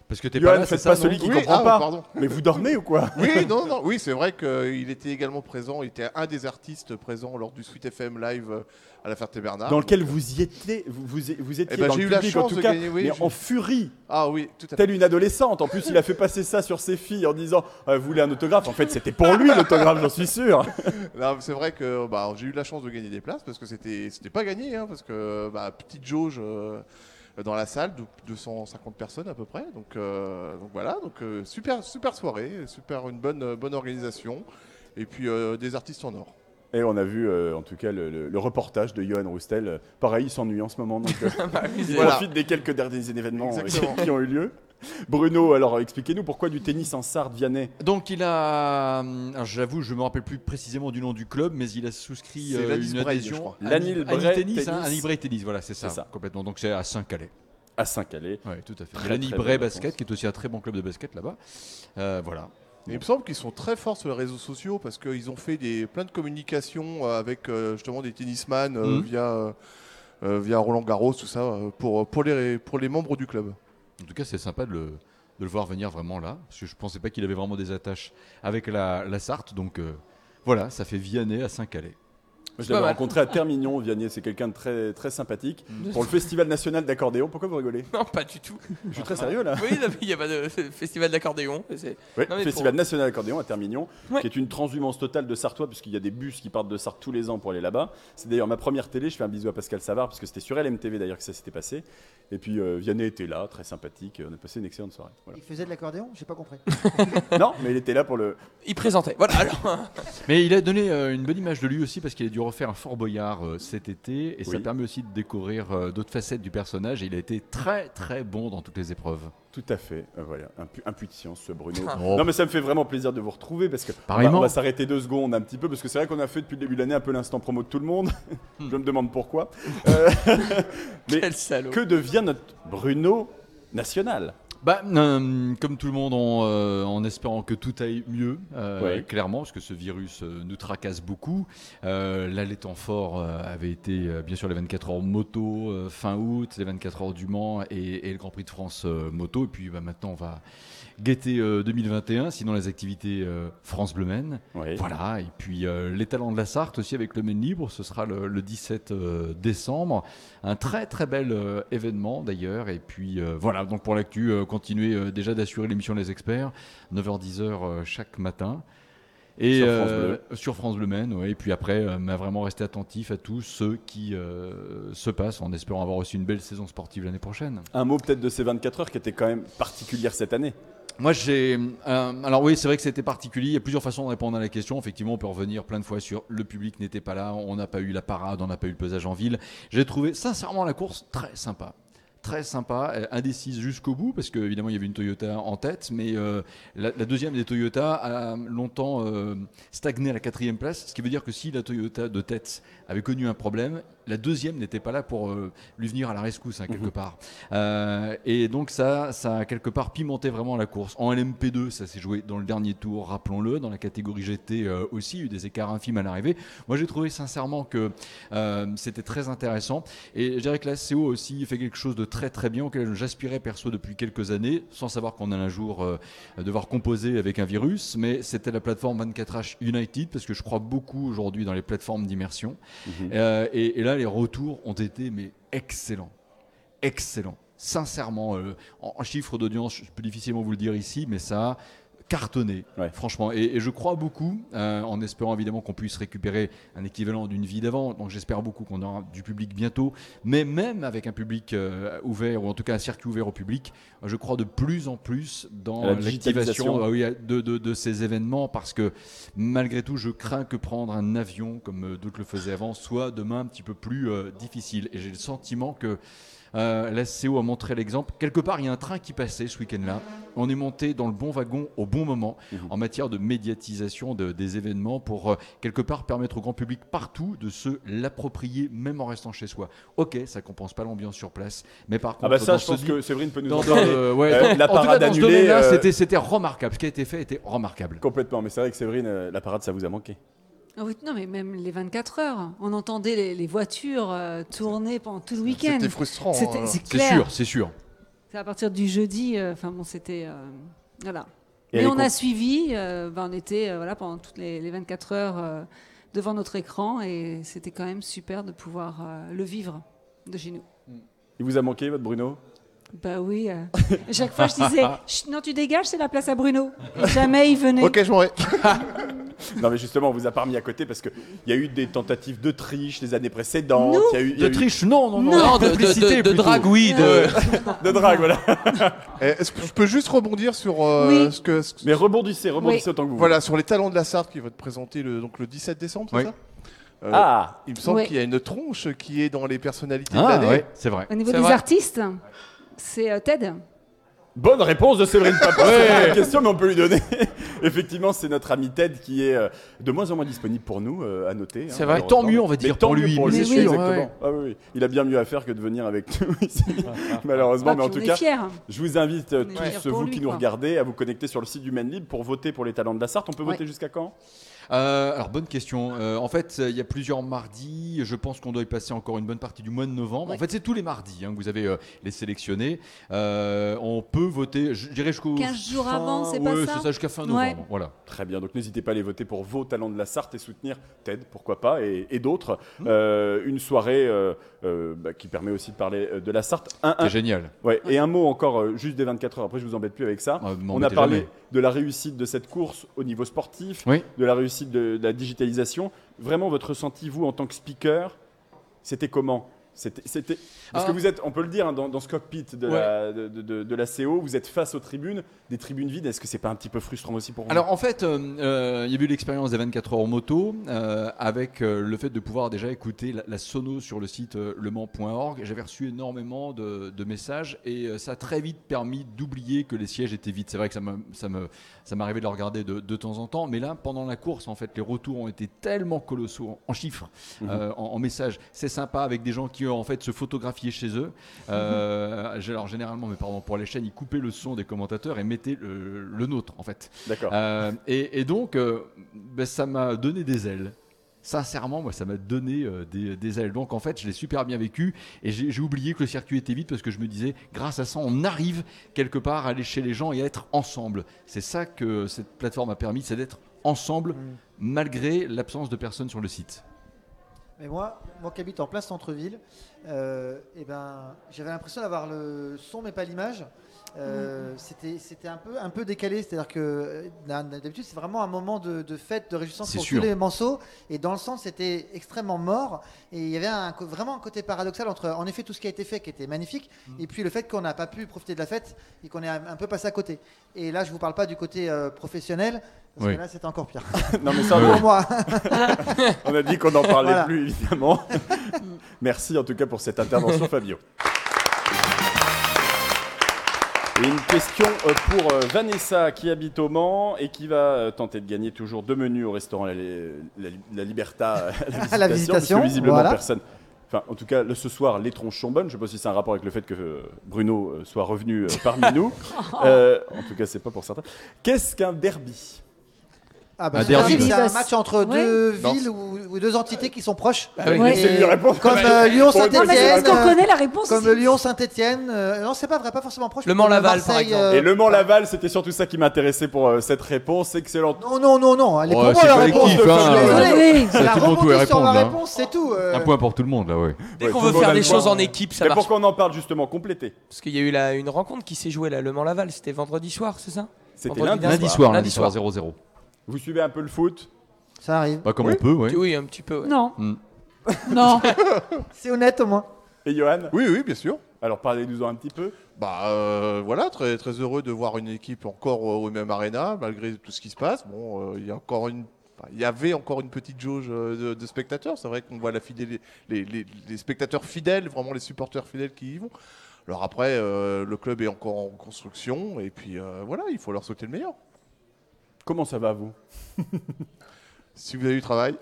S3: Parce que t'es pas
S1: Johan,
S3: là, c'est
S1: faites
S3: ça.
S1: pas
S3: non
S1: celui qui
S4: Oui,
S1: comprend
S4: ah,
S1: pas.
S4: pardon.
S1: Mais vous dormez ou quoi
S4: Oui, non, non, oui, c'est vrai qu'il était également présent. Il était un des artistes présents lors du Sweet FM Live euh, à la Ferté-Bernard.
S1: Dans lequel vous y étiez, vous, vous, vous étiez
S4: Eh ben,
S1: dans
S4: j'ai
S1: le
S4: eu la
S1: public en
S4: chance
S1: tout
S4: de
S1: cas,
S4: gagner, oui,
S1: mais
S4: je-
S1: en furie,
S4: Ah oui, tout à fait.
S1: telle une adolescente. En plus, il a fait passer ça sur ses filles en disant Ah, Vous voulez un autographe En fait, c'était pour lui l'autographe, j'en suis sûr.
S4: Là, C'est vrai que bah, j'ai eu la chance de gagner des places parce que c'était c'était pas gagné. hein, parce que bah, petite jauge euh, dans la salle, de 250 personnes à peu près. Donc, euh, donc voilà, donc, euh, super, super soirée, super, une bonne, bonne organisation. Et puis euh, des artistes en or.
S1: Et on a vu euh, en tout cas le, le- le reportage de Johan Roustel. Euh, Pareil, il s'ennuie en ce moment, donc euh,
S7: Ah bah
S1: il
S4: Voilà.
S1: profite des quelques derniers événements euh,
S4: Exactement.
S1: qui ont eu lieu. Bruno, alors expliquez-nous pourquoi du tennis en Sarthe, Vianney
S3: Donc il a, hum, alors, j'avoue, je me rappelle plus précisément du nom du club, mais il a souscrit
S4: C'est
S3: euh,
S4: Lannis
S3: une
S4: Bray,
S3: adhésion.
S4: je crois.
S3: Annie-
S1: Lannis
S3: Annie
S1: Bray
S3: tennis, hein,
S1: Tennis.
S3: Annie Bray tennis, voilà, c'est ça,
S1: C'est ça.
S3: complètement. Donc c'est à Saint-Calais.
S1: à Saint-Calais.
S3: Ouais, tout à fait.
S1: Très,
S3: Lannis
S1: très
S3: Bray
S1: bonne
S3: Basket,
S1: réponse.
S3: qui est aussi un très bon club de basket là-bas. Euh, voilà.
S4: Et il me semble qu'ils sont très forts sur les réseaux sociaux parce qu'ils ont fait des, plein de communications euh, avec euh, justement des tennisman euh,
S3: Mhm.
S4: via, euh, euh, via Roland Garros, tout ça, euh, pour, pour, les, pour les membres du club.
S3: En tout cas, c'est sympa de le, de le voir venir vraiment là, parce que je pensais pas qu'il avait vraiment des attaches avec la, la Sarthe. Donc euh, voilà, ça fait Vianney à Saint-Calais.
S1: Je
S7: pas
S1: l'avais
S7: mal.
S1: rencontré à Termignon, Vianney, c'est quelqu'un de très, très
S4: [LAUGHS]
S1: sympathique. Pour le Festival National d'Accordéon, pourquoi vous rigolez
S7: Non, pas du tout.
S1: Je
S4: [LAUGHS]
S1: suis très sérieux là.
S7: Oui, non, mais il y a pas de c'est le festival d'accordéon. c'est-
S1: Oui,
S7: Non, mais
S1: Festival
S7: pour-
S1: National d'Accordéon à Termignon,
S7: Ouais.
S1: qui est une transhumance totale de Sartois, puisqu'il y a des bus qui partent de Sarthe tous les ans pour aller là-bas. C'est d'ailleurs ma première télé, je fais un bisou à Pascal Savard, parce que c'était sur LMTV d'ailleurs que ça s'était passé. Et puis euh, Vianney était là, très sympathique, on a passé une excellente soirée.
S7: [LAUGHS]
S1: Voilà.
S5: Il faisait de l'accordéon J'ai pas compris.
S1: non, mais il était là pour le...
S7: Il présentait. Voilà, alors.
S3: Mais il a donné euh, une bonne image de lui aussi parce qu'il a dû refaire un Fort Boyard euh, cet été et ça
S1: Oui.
S3: permet aussi de découvrir euh, d'autres facettes du personnage. Et il a été très très bon dans toutes les épreuves. Oh,
S1: Tout à fait, euh, voilà, Impu- impuissance ce Bruno.
S7: Ah.
S1: Non mais ça me fait vraiment plaisir de vous retrouver, parce que on va-
S3: Pareillement.
S1: on va s'arrêter deux secondes un petit peu, parce que c'est vrai qu'on a fait depuis le début de l'année un peu l'instant promo de tout le monde.
S7: Hmm.
S1: [LAUGHS] je me demande pourquoi. Euh, mais
S7: Quel salaud.
S1: que devient notre Bruno national
S3: Bah, euh, comme tout le monde, en, euh, en espérant que tout aille mieux, euh,
S1: Ouais.
S3: clairement, parce que ce virus euh, nous tracasse beaucoup. Euh, L'allaitant fort euh, avait été, euh, bien sûr, les 24 heures moto euh, fin août, les 24 heures du Mans et, et le Grand Prix de France euh, moto. Et puis bah, maintenant, on va guetter euh, 2021, sinon les activités euh, France Bleu Maine.
S1: Oui.
S3: Voilà, et puis euh, les talents de la Sarthe aussi avec le Maine Libre, ce sera le, le 17 euh, décembre. Un très très bel euh, événement d'ailleurs, et puis euh, voilà, donc pour l'actu, euh, continuez euh, déjà d'assurer l'émission Les Experts, 9h-10h euh, chaque matin. Et
S1: Sur
S3: euh,
S1: France Bleu.
S3: sur France Bleu Maine, ouais, et puis après, euh, m'a vraiment resté attentif à tout ce qui euh, se passe, en espérant avoir aussi une belle saison sportive l'année prochaine.
S1: Un mot peut-être de ces 24 heures qui étaient quand même particulières cette année.
S3: Moi, j'ai. euh, alors, oui, c'est vrai que c'était particulier. Il y a plusieurs façons de répondre à la question. Effectivement, on peut revenir plein de fois sur le public n'était pas là, on n'a pas eu la parade, on n'a pas eu le pesage en ville. J'ai trouvé, sincèrement, la course très sympa. Très sympa, euh, indécise jusqu'au bout, parce que évidemment il y avait une Toyota en tête, mais euh, la, la deuxième des Toyota a longtemps euh, stagné à la quatrième place, ce qui veut dire que si la Toyota de tête avait connu un problème, la deuxième n'était pas là pour euh, lui venir à la rescousse, hein, quelque part. Euh, et donc ça, ça a quelque part pimenté vraiment la course. En LMP2, ça s'est joué dans le dernier tour, rappelons-le, dans la catégorie GT euh, aussi, il y a eu des écarts infimes à l'arrivée. Moi j'ai trouvé sincèrement que euh, c'était très intéressant. Et je dirais que la CO aussi fait quelque chose de très très bien auquel j'aspirais perso depuis quelques années, sans savoir qu'on allait un jour euh, devoir composer avec un virus, mais c'était la plateforme 24H United, parce que je crois beaucoup aujourd'hui dans les plateformes d'immersion. Euh, et, et là, les retours ont été mais excellents, excellents. Sincèrement, euh, en, en chiffre d'audience, je peux difficilement vous le dire ici, mais ça a cartonné,
S1: Ouais.
S3: franchement. Et, et je crois beaucoup, euh, en espérant évidemment qu'on puisse récupérer un équivalent d'une vie d'avant. Donc j'espère beaucoup qu'on aura du public bientôt. Mais même avec un public euh, ouvert, ou en tout cas un circuit ouvert au public, je crois de plus en plus dans
S1: La digitalisation.
S3: l'activation ah oui, de, de- de ces événements parce que malgré tout, je crains que prendre un avion comme euh, d'autres le faisaient avant soit demain un petit peu plus euh, difficile. Et j'ai le sentiment que euh, la CO a montré l'exemple. Quelque part, il y a un train qui passait ce week-end-là. On est monté dans le bon wagon au bon moment
S1: Mhm.
S3: en matière de médiatisation de- des événements pour euh, quelque part permettre au grand public partout de se l'approprier même en restant chez soi. Ok, ça compense pas l'ambiance sur place, mais par contre,
S1: Ah bah ça,
S3: dans
S1: je
S3: ce
S1: pense
S3: dit-
S1: que Séverine peut nous [LAUGHS]
S3: dans,
S1: en
S3: dans
S1: parler.
S3: le- ouais,
S1: Euh, la
S3: en tout cas,
S1: parade
S3: dans ce
S1: annulée,
S3: domaine-là,
S1: euh,
S3: c'était- c'était remarquable. Ce qui a été fait était remarquable.
S1: Complètement, mais c'est vrai que Séverine, euh, la parade, ça vous a manqué.
S6: Ah oui, non, mais même les 24 heures, on entendait les, les voitures euh, tourner pendant tout le week-end.
S4: C'était frustrant.
S6: C'était-
S4: hein.
S6: C'est
S3: C'est
S6: clair.
S3: sûr, c'est sûr.
S6: C'est à partir du jeudi. euh, Enfin bon, c'était euh, voilà.
S1: Et
S6: Mais
S1: elle
S6: on
S1: est
S6: a suivi. euh, ben, on était euh, voilà pendant toutes les, les 24 heures euh, devant notre écran et c'était quand même super de pouvoir euh, le vivre de chez nous.
S1: Il vous a manqué, votre Bruno
S6: Bah oui. euh, à [LAUGHS] chaque fois, je disais Chut, non, tu dégages, c'est la place à Bruno. Et jamais il venait.
S4: Ok, je m'en vais.
S1: Non, mais justement, on vous a pas remis à côté parce qu'il y a eu des tentatives de triche les années précédentes.
S6: Nous
S1: il y a eu, il y
S3: De
S1: a eu-
S3: triche, non, non, non.
S7: Non, de, de-
S3: publicité
S7: de, de
S3: plutôt.
S7: drague, oui. de-
S1: Euh, de drague, voilà.
S4: Eh, Est-ce que je peux juste rebondir sur euh,
S6: Oui.
S4: ce que ce que-
S1: Mais rebondissez, rebondissez autant que vous
S4: voilà sur les talents de la Sarthe qui va te présenter le donc le 17 décembre, c'est
S3: Oui.
S4: ça Euh,
S1: voulez. Ah,
S4: Il me semble
S6: Ouais.
S4: qu'il y a une tronche qui est dans les personnalités de
S3: Ah,
S4: l'année.
S3: ouais, c'est vrai.
S6: [LAUGHS] Au niveau
S7: C'est
S6: des
S7: vrai.
S6: artistes, c'est euh, Ted.
S1: bonne réponse de Séverine Papa. C'est la question, mais on peut lui donner. [LAUGHS] Effectivement, c'est notre ami Ted qui est euh, de moins en moins disponible pour nous, euh, à noter.
S7: C'est vrai,
S1: malheureusement.
S7: tant mieux, on va
S1: Mais
S7: dire,
S1: tant
S7: pour
S1: mieux
S7: lui,
S1: Pour
S7: mais
S1: lui,
S7: oui,
S1: exactement.
S7: ouais.
S1: Ah oui, oui. Il a bien mieux à faire que de venir avec nous [LAUGHS] ici, malheureusement.
S6: Ah,
S1: mais
S6: puis
S1: en tout
S6: on
S1: cas,
S6: est fiers.
S1: Je vous invite euh,
S6: Mais
S1: tous,
S6: ouais.
S1: euh,
S6: Pour
S1: vous
S6: lui,
S1: qui nous
S6: quoi.
S1: regardez, à vous connecter sur le site du Man Libre pour voter pour les talents de la Sarthe. On peut voter jusqu'à quand
S3: Euh, alors, bonne question. Euh, en fait, euh, il y a plusieurs mardis. Je pense qu'on doit y passer encore une bonne partie du mois de novembre. En fait, c'est tous les mardis hein, que vous avez euh, les sélectionnés. Euh, on peut voter, je dirais jusqu'au.
S6: 15 jours
S3: fin-
S6: avant, c'est pas
S3: ouais,
S6: ça
S3: c'est ça, jusqu'à fin
S6: Ouais.
S3: novembre. Voilà.
S1: Très bien, donc n'hésitez pas à aller voter pour vos talents de la Sarthe et soutenir Ted, pourquoi pas, et, et d'autres.
S7: Mmh.
S1: Euh, une soirée euh, euh, bah, qui permet aussi de parler euh, de la Sarthe. Un, un-
S3: C'est génial.
S1: ouais, Et un mot encore, euh, juste des 24 heures, après je vous embête plus avec ça.
S3: Ah, m'embêtez
S1: On a parlé
S3: jamais.
S1: de la réussite de cette course au niveau sportif,
S3: Oui.
S1: de la réussite de, de la digitalisation. Vraiment, votre ressenti, vous, en tant que speaker, c'était comment c'était, c'était, Parce
S3: Ah.
S1: que vous êtes, on peut le dire, hein, dans, dans ce cockpit de,
S3: Ouais.
S1: la, de, de- de la CO, vous êtes face aux tribunes, des tribunes vides. Est-ce que c'est pas un petit peu frustrant aussi pour vous
S3: Alors en fait, euh, euh, il y a eu l'expérience des 24 heures en moto euh, avec euh, le fait de pouvoir déjà écouter la, la sono sur le site euh, lemans.org. J'avais reçu énormément de, de messages et euh, ça a très vite permis d'oublier que les sièges étaient vides. C'est vrai que ça me- ça me- ça m'arrivait de le regarder de, de temps en temps, mais là, pendant la course, en fait, les retours ont été tellement colossaux en, en chiffres,
S1: Mmh.
S3: euh, en, en messages. C'est sympa avec des gens qui euh, en fait se photographiaient chez eux.
S1: Mmh.
S3: Euh, j'ai- Alors généralement, mais pardon, pour les chaînes, ils coupaient le son des commentateurs et mettaient le- le nôtre en fait.
S1: D'accord.
S3: Euh, et, et donc, euh, ben, ça m'a donné des ailes. Sincèrement, moi, ça m'a donné euh, des, des ailes. Donc, en fait, je l'ai super bien vécu et j'ai j'ai oublié que le circuit était vide parce que je me disais, grâce à ça, on arrive quelque part à aller chez les gens et à être ensemble. C'est ça que cette plateforme a permis, c'est d'être ensemble malgré l'absence de personnes sur le site.
S5: Mais moi, moi qui habite en plein centre-ville, euh, eh ben, j'avais l'impression d'avoir le son mais pas l'image. Euh,
S3: Mhm.
S5: c'était c'était un peu un peu décalé c'est à dire que euh, d'habitude c'est vraiment un moment de, de fête de réjouissance
S3: C'est
S5: pour
S3: sûr.
S5: tous les manceaux et dans le sens c'était extrêmement mort et il y avait un, co- vraiment un côté paradoxal entre en effet tout ce qui a été fait qui était magnifique
S3: Mhm.
S5: et puis le fait qu'on n'a pas pu profiter de la fête et qu'on est un, un peu passé à côté et là je vous parle pas du côté euh, professionnel parce
S3: Oui. Ah
S5: que là c'était encore pire
S1: [LAUGHS] Non, mais ça,
S3: Oui.
S5: pour moi
S1: on a dit qu'on n'en parlait
S5: Voilà.
S1: plus, évidemment. Merci en tout cas pour cette intervention,
S5: [LAUGHS]
S1: Fabio. Et une question euh, pour euh, Vanessa qui habite au Mans et qui va euh, tenter de gagner toujours deux menus au restaurant La, la, la
S5: [LAUGHS]
S1: Liberta à la Visitation.
S5: la Visitation,
S1: parce que visiblement
S5: voilà.
S1: personne. Enfin, en tout cas, le- ce soir, les tronches sont bonnes. Je ne sais pas si c'est un rapport avec le fait que euh, Bruno euh, soit revenu euh,
S5: [LAUGHS]
S1: parmi nous. Euh, en tout cas, c'est pas pour certains. Qu'est-ce qu'un derby
S5: Ah
S3: Un
S5: c'est
S3: derby,
S5: facile, c'est
S2: bah.
S5: un match entre
S2: Ouais.
S5: deux
S4: Non.
S5: villes ou, ou deux entités qui sont proches
S7: oui.
S2: Ouais.
S5: Et
S1: C'est lui répondre.
S5: comme euh, Lyon
S1: Pour une
S2: Non, mais c'est parce
S5: Saint-Étienne euh,
S2: qu'on connaît la réponse.
S5: Comme Lyon, Saint-Etienne, non, c'est pas vrai, pas forcément proche.
S7: Le
S5: mais
S7: Mans-Laval, par
S5: Marseille,
S7: exemple.
S5: euh,
S1: Et Le Mans Laval, c'était surtout ça qui m'intéressait pour euh, cette réponse excellente.
S5: Non, non, non, non, elle est
S3: Ouais,
S5: pour moi
S3: c'est
S5: la
S3: collectif,
S5: réponse.
S3: hein,
S5: Je suis
S3: euh,
S5: désolé.
S2: Oui,
S3: Ça,
S5: Elle a
S3: c'est bon, tout
S5: rebondi
S3: est
S5: sur
S3: répondre,
S5: ma
S3: là.
S5: réponse, c'est tout. euh.
S3: Un point pour tout le monde, là, ouais.
S7: Dès
S1: Ouais,
S7: qu'on
S1: tout
S7: veut
S1: le monde a
S7: faire
S1: le
S7: des choses
S1: droit.
S7: en équipe, ça
S1: Mais
S7: marche.
S1: pour qu'on en parle justement, compléter.
S7: Parce qu'il y a eu la- une rencontre qui s'est jouée là, Le Mans-Laval, c'était vendredi soir, c'est ça
S1: C'était
S7: Vendredi
S1: lundi,
S7: dernier.
S1: soir.
S7: soir.
S3: lundi soir, 0-0.
S1: Vous suivez un peu le foot
S5: Ça arrive.
S3: Pas comme on peut, ouais.
S7: Oui, un petit peu. ouais.
S6: Non.
S8: Non,
S5: C'est honnête au moins.
S1: Et Johan
S4: Oui, oui, bien sûr.
S1: Alors parlez-nous en un petit peu.
S4: Bah euh, voilà, très, très heureux de voir une équipe encore euh, au même arena, malgré tout ce qui se passe. Bon, euh, il y a encore une. enfin, Il y avait encore une petite jauge euh, de, de spectateurs. C'est vrai qu'on voit la fidèle, les, les- les spectateurs fidèles, vraiment les supporters fidèles qui y vont. Alors après, euh, le club est encore en construction. Et puis euh, voilà, il faut leur souhaiter le meilleur.
S1: Comment ça va vous
S4: Si vous avez du
S7: [LAUGHS]
S4: travail.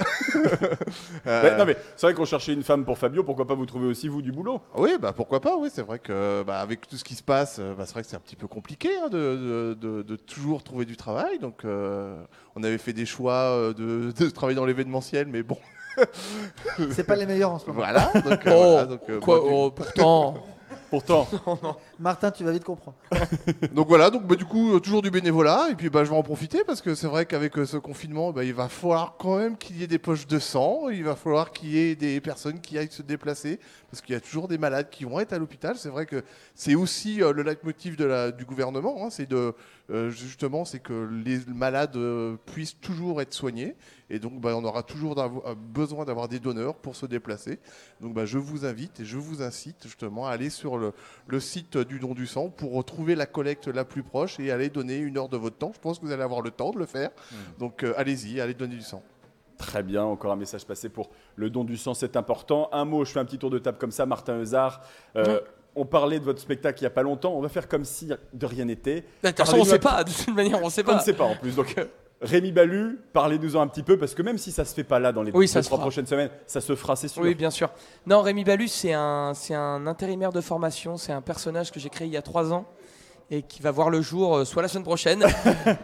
S4: Euh,
S1: Bah, Non mais c'est vrai qu'on cherchait une femme pour Fabio, pourquoi pas vous trouver aussi vous du boulot
S4: Oui, bah pourquoi pas. Oui, c'est vrai que bah, avec tout ce qui se passe, euh, bah, c'est vrai que c'est un petit peu compliqué hein, de, de- de- de toujours trouver du travail. Donc, euh, on avait fait des choix euh, de, [LAUGHS] de travailler dans l'événementiel, mais bon, [LAUGHS]
S5: C'est pas les meilleurs en ce moment.
S4: voilà. Donc, euh,
S7: Oh,
S4: voilà, donc, euh,
S7: Quoi
S4: bah, du-
S7: oh, Pourtant,
S1: Pourtant,
S5: Martin, tu vas vite comprendre.
S4: donc voilà. Donc, bah, du coup, euh, toujours du bénévolat. Et puis, bah, je vais en profiter parce que c'est vrai qu'avec euh, ce confinement, bah, il va falloir quand même qu'il y ait des poches de sang. Il va falloir qu'il y ait des personnes qui aillent se déplacer parce qu'il y a toujours des malades qui vont être à l'hôpital. C'est vrai que c'est aussi euh, le leitmotiv de la, du gouvernement, hein, c'est de euh, justement c'est que les malades euh, puissent toujours être soignés et donc bah, on aura toujours d'avo- euh, besoin d'avoir des donneurs pour se déplacer. Donc bah, je vous invite et je vous incite justement à aller sur le, le site du don du sang pour retrouver la collecte la plus proche et aller donner une heure de votre temps. Je pense que vous allez avoir le temps de le faire. Donc euh, allez-y, allez donner du sang.
S1: très bien, encore un message passé pour le don du sang, c'est important. Un mot, je fais un petit tour de table comme ça, Martin Eusard. Euh, On parlait de votre spectacle il n'y a pas longtemps, on va faire comme si de rien n'était.
S7: de toute façon, on sait pas. De toute manière, on sait
S1: On ne
S7: pas.
S1: sait pas en plus. Donc, euh, Rémi Balu, parlez-nous-en un petit peu, parce que même si ça se fait pas là dans les
S7: Oui,
S1: deux,
S7: ça se
S1: trois
S7: fera.
S1: prochaines semaines, ça se fera, c'est sûr.
S7: Oui, bien sûr. Non, Rémi Balus, c'est un, c'est un intérimaire de formation. C'est un personnage que j'ai créé il y a trois ans et qui va voir le jour euh, soit la
S1: [LAUGHS]
S7: semaine prochaine,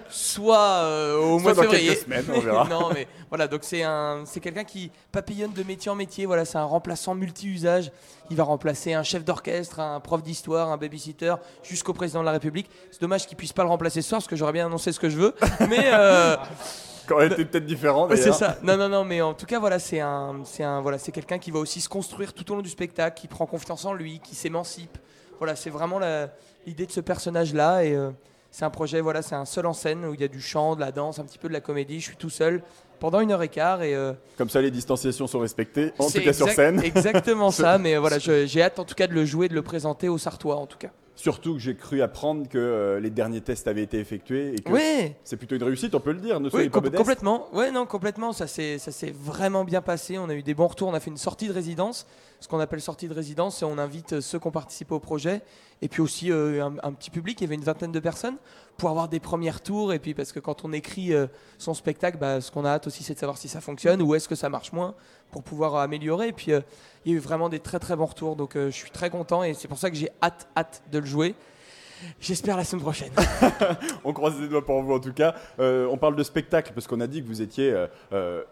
S7: soit euh, au
S1: Soit
S7: mois de
S1: dans
S7: février.
S1: quelques semaines, on verra.
S7: [LAUGHS] non, mais voilà, donc c'est un, c'est quelqu'un qui papillonne de métier en métier. Voilà, c'est un remplaçant multi-usage. Il va remplacer un chef d'orchestre, un prof d'histoire, un babysitter, jusqu'au président de la République. C'est dommage qu'il puisse pas le remplacer ce soir parce que j'aurais bien annoncé ce que je
S1: [LAUGHS]
S7: veux. Mais euh,
S1: Quand elle était peut-être différente.
S7: Ouais, c'est
S1: d'ailleurs.
S7: ça. Non, non, non, mais en tout cas, voilà, c'est un, c'est un, voilà, c'est quelqu'un qui va aussi se construire tout au long du spectacle, qui prend confiance en lui, qui s'émancipe. Voilà, c'est vraiment la- l'idée de ce personnage-là. Et euh, c'est un projet, voilà, c'est un seul en scène où il y a du chant, de la danse, un petit peu de la comédie. Je suis tout seul pendant une heure et quart. Et euh,
S1: Comme ça, les distanciations sont respectées, en tout
S7: c'est
S1: cas sur
S7: exact-
S1: scène. [LAUGHS]
S7: Exactement ça. Mais euh, voilà, je- j'ai hâte en tout cas de le jouer, de le présenter au Sartois, en tout cas.
S1: Surtout que j'ai cru apprendre que euh, les derniers tests avaient été effectués et que
S7: Ouais.
S1: c'est plutôt une réussite, on peut le dire. Ne soyez
S7: Oui,
S1: pas
S7: com-
S1: modeste.
S7: complètement. Ouais, non, complètement. Ça s'est, ça s'est vraiment bien passé. On a eu des bons retours. On a fait une sortie de résidence. Ce qu'on appelle sortie de résidence, c'est on invite euh, ceux qui ont participé au projet et puis aussi euh, un, un petit public. Il y avait une vingtaine de personnes pour avoir des premières tours. Et puis parce que quand on écrit euh, son spectacle, bah, ce qu'on a hâte aussi, c'est de savoir si ça fonctionne ou est-ce que ça marche moins pour pouvoir euh, améliorer. Et puis euh, il y a eu vraiment des très très bons retours. Donc euh, je suis très content et c'est pour ça que j'ai hâte, hâte de le jouer. J'espère la
S1: [LAUGHS]
S7: semaine prochaine.
S1: On croise les doigts pour vous en tout cas. Euh, on parle de spectacle parce qu'on a dit que vous étiez, euh, euh,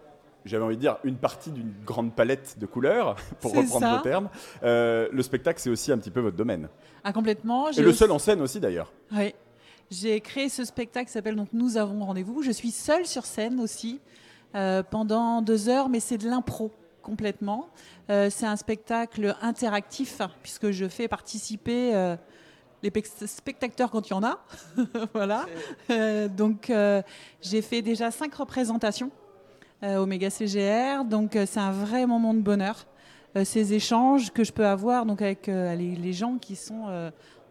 S1: j'avais envie de dire, une partie d'une grande palette de couleurs, [LAUGHS] pour
S8: C'est
S1: reprendre
S8: ça.
S1: vos termes. Euh, le spectacle, c'est aussi un petit peu votre domaine.
S8: Ah, complètement.
S1: Et
S8: j'ai
S1: le
S8: aussi-
S1: seul en scène aussi d'ailleurs.
S8: Oui. J'ai créé ce spectacle qui s'appelle donc Nous avons rendez-vous. Je suis seule sur scène aussi euh, pendant deux heures, mais c'est de l'impro complètement. Euh, c'est un spectacle interactif puisque je fais participer euh, les pe- spectateurs quand il y en a. [LAUGHS] voilà. Euh, donc, euh, j'ai fait déjà cinq représentations euh, au Méga CGR. Donc, euh, c'est un vrai moment de bonheur. Euh, ces échanges que je peux avoir donc avec euh, les, les gens qui sont euh,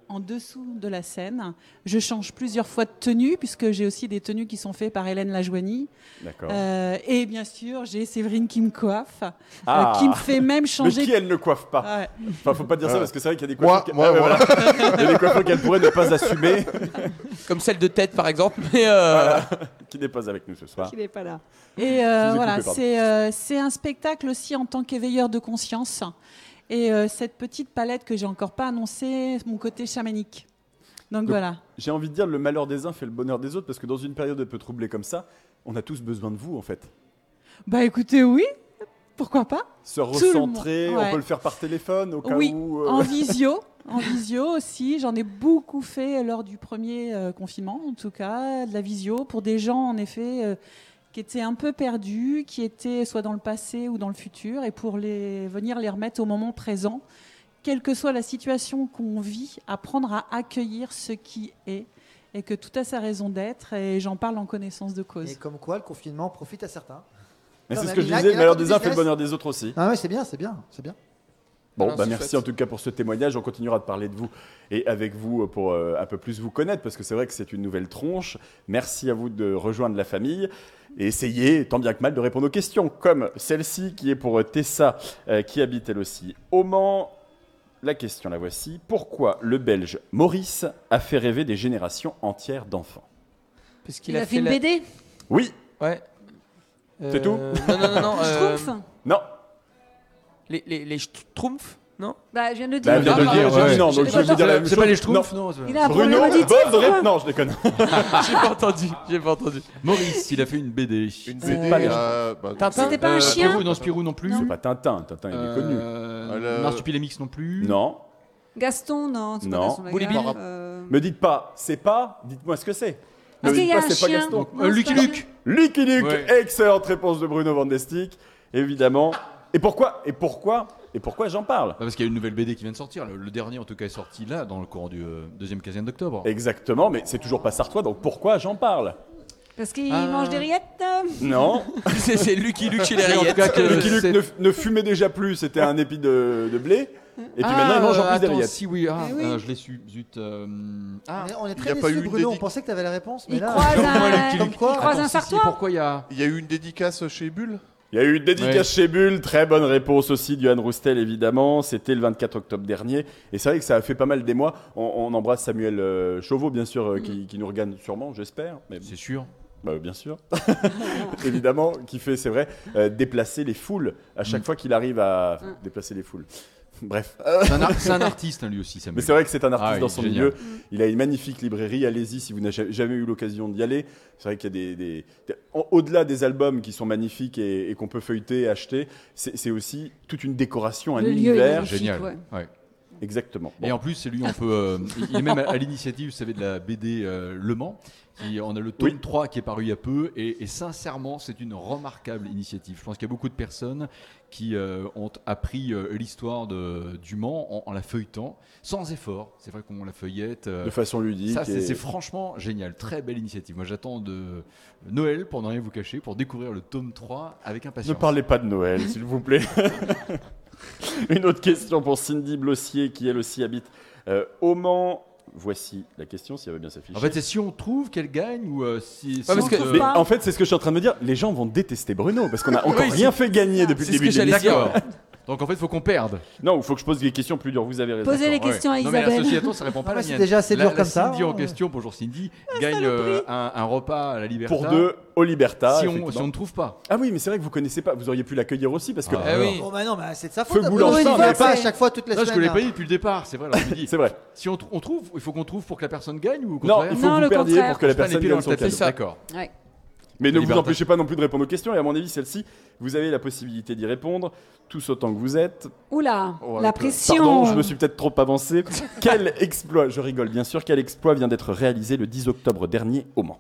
S8: en dessous de la scène. Je change plusieurs fois de tenue, puisque j'ai aussi des tenues qui sont faites par Hélène Lajoigny.
S1: D'accord.
S8: Euh, et bien sûr, j'ai Séverine qui me coiffe, euh,
S1: Ah.
S8: qui me fait même
S1: Mais
S8: changer. Ah.
S1: qui elle ne coiffe pas
S8: Ouais.
S1: Enfin, faut pas dire ça
S4: Ouais.
S1: parce que c'est vrai qu'il y a des
S4: Euh, Moi,
S1: coiffures. qu'elle-
S4: moi,
S1: Ah, ouais,
S4: moi.
S1: voilà. Il y a des coiffures qu'elle pourrait ne
S4: [LAUGHS]
S1: pas assumer,
S7: Comme celle de tête, par exemple. Mais euh,
S1: qui n'est pas avec nous ce soir.
S6: Qu'il n'est pas là.
S8: Et euh,
S1: Je vous ai
S8: voilà,
S1: coupé, pardon.
S8: c'est euh, c'est un spectacle aussi en tant qu'éveilleur de conscience. Et euh, cette petite palette que j'ai encore pas annoncée, mon côté chamanique. Donc,
S1: Donc-
S8: voilà.
S1: J'ai envie de dire, le malheur des uns fait le bonheur des autres parce que dans une période un peu troublée comme ça, on a tous besoin de vous en fait.
S8: Bah écoutez, oui, pourquoi pas
S1: Se
S8: le monde,
S1: recentrer, on
S8: ouais.
S1: peut le faire par téléphone au cas
S8: Oui, Oh,
S1: où. [LAUGHS] euh,
S8: En visio, en visio aussi. J'en ai beaucoup fait lors du premier euh, confinement, en tout cas, de la visio pour des gens en effet euh, qui étaient un peu perdus, qui étaient soit dans le passé ou dans le futur, et pour les venir les remettre au moment présent, quelle que soit la situation qu'on vit, apprendre à accueillir ce qui est et que tout a sa raison d'être. Et j'en parle en connaissance de
S5: Et
S8: cause.
S5: comme quoi, le confinement profite à certains.
S1: Mais
S5: Non,
S1: c'est
S5: mais
S1: ce que je
S5: il y a-
S1: disais,
S5: il y
S1: le
S5: a
S1: malheur
S5: encore
S1: des
S5: du
S1: uns fait le
S5: business.
S1: bonheur des autres aussi.
S5: Ah ouais, c'est bien, c'est bien, c'est bien.
S1: Bon,
S7: Non,
S1: bah
S7: c'est
S1: merci en
S7: chouette.
S1: tout cas pour ce témoignage. On continuera de parler de vous et avec vous pour euh, un peu plus vous connaître parce que c'est vrai que c'est une nouvelle tronche. Merci à vous de rejoindre la famille et essayez tant bien que mal de répondre aux questions comme celle-ci qui est pour euh, Tessa euh, qui habite elle aussi au Mans. La question la voici. Pourquoi le Belge Maurice a fait rêver des générations entières d'enfants
S7: parce qu'il
S6: Il a, fait une
S7: la-
S6: BD,
S1: Oui,
S7: Ouais.
S1: C'est tout
S7: Euh, Non, non,
S6: [LAUGHS]
S7: non, non. euh,
S6: Schtroumpf.
S1: non,
S7: les, les, les Schtroumpfs, non
S6: Bah, je viens de le dire.
S1: Bah, elle vient de le
S3: Ah,
S1: dire,
S3: ouais,
S1: j'ai
S3: ouais.
S1: dit non, donc
S6: J'ai
S1: je vais
S6: pas
S1: vous dire la même
S3: C'est
S1: chose.
S3: pas les schtroumpfs, non.
S6: Il a un
S1: Bruno,
S6: problème auditif.
S1: bonne
S6: quoi.
S1: réponse. Non, je déconne.
S7: J'ai pas entendu. J'ai pas entendu.
S3: Maurice, il a fait une BD.
S4: Une
S1: C'est
S4: BD.
S1: pas les-
S4: euh, bah,
S7: Tintin
S4: donc,
S6: C'était pas un
S4: euh,
S6: chien
S4: Spirou,
S3: Spirou, non, Spirou non plus.
S1: C'est pas Tintin, Tintin Ah, il est connu.
S3: Euh,
S4: Le-
S3: Narsupilémix Ah, non plus.
S1: Non,
S6: Gaston, non. c'est pas
S1: Non.
S6: Gaston
S7: Bouli
S6: Lagaffe,
S4: Bill.
S6: euh,
S1: Me dites pas, c'est pas, dites-moi ce que c'est. Ne me
S6: Est-ce qu'il
S1: dites
S6: y a
S1: pas,
S6: un
S1: c'est pas
S6: chien
S1: Gaston.
S6: Non,
S3: Euh, Lucky
S6: c'est pas un
S3: Luke.
S6: chien.
S1: Lucky Luke,
S3: Ouais.
S1: excellente réponse de Bruno Van Destick, évidemment. Et pourquoi Et pourquoi Et pourquoi j'en parle
S3: Bah, parce qu'il y a une nouvelle BD qui vient de sortir. Le, le dernier, en tout cas, est sorti là, dans le courant du euh, deuxième quinzaine d'octobre.
S1: Exactement, mais c'est toujours pas Sartois, donc pourquoi j'en parle
S6: Euh, Parce qu'il
S3: Ah.
S6: mange des rillettes.
S3: [LAUGHS]
S1: Non,
S7: [LAUGHS] c'est c'est Lucky Luke chez les
S3: En tout cas,
S7: rillettes.
S3: que-
S1: Lucky Luke
S3: c'est-
S1: ne, ne fumait déjà plus, c'était un épi de, de blé. Et puis
S3: Ah,
S1: maintenant, il mange en
S3: euh,
S1: plus des
S3: attends,
S1: rillettes.
S3: Si, oui, ah,
S6: Eh oui.
S3: euh, je l'ai su. Zut. euh, Ah,
S5: On est- on est
S4: y a
S5: très
S4: pas eu
S5: déçus,
S4: une
S5: Bruno. On
S4: dédic-
S5: pensait que t'avais la réponse, mais
S6: Il
S5: là.
S6: croise un.
S5: Comme
S6: il
S5: quoi
S6: croise
S3: attends,
S6: un
S3: si, si,
S6: sartois.
S3: Pourquoi il y a.
S4: Il y a eu une dédicace chez Bulle
S1: Il y a eu une dédicace
S3: Ouais.
S1: chez Bull, très bonne réponse aussi du Anne Roustel évidemment, c'était le 24 octobre dernier, et c'est vrai que ça a fait pas mal des mois, on, on embrasse Samuel euh, Chauveau bien sûr, euh, qui, qui nous regarde sûrement j'espère, mais
S3: C'est sûr.
S1: bah, bien sûr, [LAUGHS] évidemment, qui fait c'est vrai, euh, déplacer les foules, à chaque
S3: Mm.
S1: fois qu'il arrive à
S6: Mm.
S1: déplacer les foules. Bref,
S3: C'est un, ar- c'est un artiste, hein, lui aussi, Samuel.
S1: mais c'est vrai que c'est un artiste
S3: Ah, il
S1: dans
S3: est
S1: son
S3: génial.
S1: milieu. Il a une magnifique librairie. Allez-y si vous n'avez jamais eu l'occasion d'y aller. C'est vrai qu'il y a des, des- des- en- au-delà des albums qui sont magnifiques et, et qu'on peut feuilleter, acheter, c'est, c'est aussi toute une décoration, un
S6: Le lieu est
S1: univers.
S6: magnifique.
S3: Génial.
S6: Ouais.
S3: Ouais.
S1: Exactement. Bon.
S3: Et en plus, c'est lui, on peut. euh, il est même à, à l'initiative, vous savez, de la BD euh, Le Mans. Qui, on a le tome
S1: Oui.
S3: 3 qui est paru il y a peu. Et, et sincèrement, c'est une remarquable initiative. Je pense qu'il y a beaucoup de personnes qui euh, ont appris euh, l'histoire de- du Mans en, en la feuilletant, sans effort. C'est vrai qu'on la feuillette. euh,
S1: de façon ludique.
S3: ça, c'est
S1: et-
S3: c'est franchement génial. Très belle initiative. Moi, j'attends de Noël, pour ne rien vous cacher, pour découvrir le tome 3 avec
S1: Ne
S3: impatience.
S1: parlez pas de Noël, s'il vous plaît. [LAUGHS] Une autre question pour Cindy Blossier, qui elle aussi habite euh, au Mans. Voici la question, si elle veut bien s'afficher.
S3: En fait, c'est si on trouve qu'elle gagne ou euh, si. si
S7: parce
S3: on
S7: que-
S3: trouve
S1: Mais
S3: pas.
S6: pas.
S1: en fait, c'est ce Ah, que je suis en train de me dire. Les gens vont détester Bruno parce
S3: [LAUGHS]
S1: qu'on a encore
S7: Oui,
S1: rien fait gagner depuis
S7: c'est
S1: le
S7: ce
S1: début
S7: que
S1: de
S7: j'allais
S1: l'émission.
S7: dire.
S3: Donc en fait, il faut qu'on perde.
S1: Non, il faut que je pose des questions plus dures. Vous avez raison.
S6: Posez les
S3: D'accord, ouais.
S6: questions à
S3: Non, mais
S6: Isabelle.
S3: l'association, ça répond pas à la
S5: Ouais, c'est
S3: mienne.
S5: déjà assez
S3: La-
S5: dur
S3: la
S5: comme ça,
S3: Cindy en
S5: hein.
S3: question, bonjour Cindy,
S7: Ah,
S3: gagne euh, un, un repas à la liberté.
S1: Pour deux, au Liberta.
S3: Si on,
S1: effectivement.
S3: si on ne trouve pas.
S1: Ah oui, mais c'est vrai que vous connaissez pas. Vous auriez pu l'accueillir aussi parce que.
S3: Ah,
S7: Eh oui.
S5: Bon, bah non, bah, c'est de sa
S1: Feu
S5: faute. hein,
S1: Boulangerin,
S5: Bruno,
S1: mais
S5: il vient
S1: pas-
S5: pas à chaque fois toutes les
S3: Là, je ne
S5: semaines.
S3: l'ai
S5: hein.
S3: pas dit depuis le départ. C'est vrai. Alors, je me dis,
S1: C'est vrai.
S3: si on, tr- on trouve, il faut qu'on trouve pour que la personne gagne ou au
S1: Non,
S3: contraire
S1: il faut
S6: Non,
S1: que vous
S6: le
S1: perdiez
S6: contraire.
S1: pour que la
S3: Je mets un
S1: personne
S3: épée dans
S1: gagne
S3: le
S1: son
S3: tapis,
S1: cadeau.
S7: ça.
S3: D'accord.
S6: Ouais.
S1: Mais ne vous
S3: Liberta.
S1: empêchez pas non plus de répondre aux questions. Et à mon avis, celle-ci, vous avez la possibilité d'y répondre, tous autant que vous êtes.
S6: Oula,
S4: Oh, avec
S6: la
S4: le-
S6: pression.
S1: Pardon, je me suis peut-être trop avancé. [LAUGHS] quel exploit, je rigole bien sûr, quel exploit vient d'être réalisé le 10 octobre dernier au Mans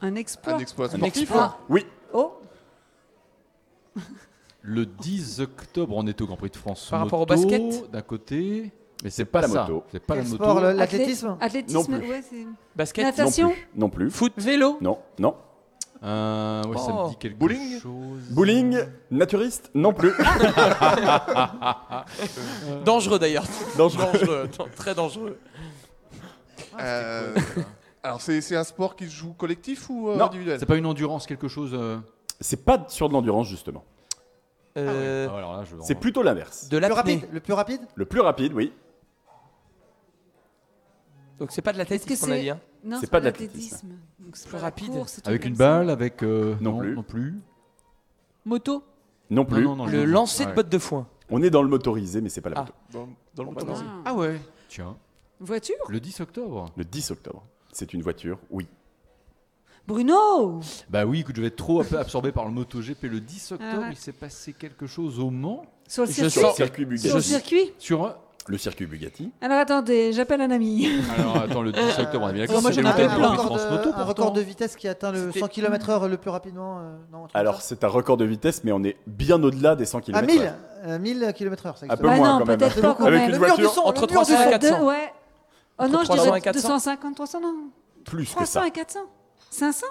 S6: Un exploit.
S4: Un exploit
S6: Un
S4: sportif hein.
S6: exploit.
S1: Oui,
S6: Oh,
S3: Le 10 octobre, on est au Grand Prix de France.
S7: Par
S3: moto,
S7: rapport au basket
S3: D'un côté. Mais c'est pas
S1: la
S3: la moto.
S1: moto.
S3: C'est pas la moto.
S5: Sport, le- l'athlétisme
S1: Non
S6: Athlétisme,
S1: plus.
S6: ouais, c'est.
S7: Basket,
S1: Non
S6: Natation
S1: plus. Non plus.
S7: foot,
S8: Vélo,
S1: Non, non.
S3: Euh, ouais, ça me
S7: Oh.
S3: dit quelque
S4: Bowling
S3: chose.
S1: Bowling, naturiste, non plus.
S7: dangereux d'ailleurs.
S1: [LAUGHS] Dangereux.
S7: Dan- très dangereux.
S4: Euh, alors, c'est c'est un sport qui se joue collectif ou euh,
S1: Non,
S4: individuel
S3: C'est pas une endurance, quelque chose. euh,
S1: C'est pas sur de l'endurance justement.
S7: Euh,
S3: ah, alors là, je-
S1: C'est plutôt l'inverse.
S7: De
S5: Le plus
S7: l'apnée.
S5: rapide Le plus rapide
S1: Le plus rapide, oui.
S7: Donc c'est pas de
S6: Est-ce
S7: l'athlétisme
S6: que
S7: qu'on a
S6: c'est-
S7: dit. hein.
S6: Non,
S1: C'est
S6: c'est
S1: pas
S6: pas
S1: de l'athlétisme.
S6: l'athlétisme. Donc, c'est
S7: Plus
S6: pas la
S7: rapide.
S6: course, c'est
S3: Avec
S6: tout
S3: une
S6: comme ça.
S3: balle, avec. euh,
S1: Non
S3: non,
S1: plus.
S3: non plus.
S8: moto,
S1: Non plus.
S3: Non, non, non, je-
S7: Le lancer de
S3: ouais.
S7: bottes de foin.
S1: On est dans le motorisé, mais c'est pas la
S7: Ah.
S1: moto.
S4: Dans, dans le
S7: Dans-
S4: motorisé.
S6: Ah.
S7: Ah ouais.
S3: Tiens,
S6: Voiture
S3: le 10 octobre.
S1: Le 10 octobre. C'est une voiture, oui.
S6: Bruno
S3: Bah oui, écoute, je vais être trop ab- absorbé par le MotoGP. Le 10 octobre,
S6: Ah ouais.
S3: il s'est passé quelque chose au Mans
S6: Sur le
S7: Je
S6: circuit
S1: Sur le
S7: sens-
S1: circuit
S6: Sur le
S1: Bugatti.
S6: circuit
S3: sur. un-
S1: Le circuit Bugatti.
S6: Alors attendez, j'appelle un ami.
S3: Alors attends, le 10 octobre, on a bien
S8: Moi,
S3: compris,
S8: j'en
S3: c'était
S8: avais
S3: au Mans
S8: plein.
S3: pour
S5: record
S3: France
S5: de-
S3: Moto,
S5: Ah, un
S3: pourtant.
S5: record de vitesse qui atteint le
S7: C'était-
S5: 100 km/h le plus rapidement. euh, non, un truc
S1: Alors
S5: comme ça.
S1: c'est un record de vitesse, mais on est bien au-delà des 100 km.
S5: à 1000 euh, 1000 km/h, ça
S1: Un
S5: existe.
S1: peu
S6: Ah, Bah
S1: moins
S6: non,
S1: quand même.
S6: peut-être pas quand
S1: Avec
S6: même.
S1: une
S5: Le mur du
S1: voiture
S5: son, hein,
S7: entre
S5: le mur du
S7: 300 et
S5: son.
S7: 400.
S6: Deux, ouais. Oh non, je
S7: 300 et
S6: dirais
S7: 400.
S6: 250, 300, non.
S1: plus que
S6: 300
S1: ça.
S6: et 400. 500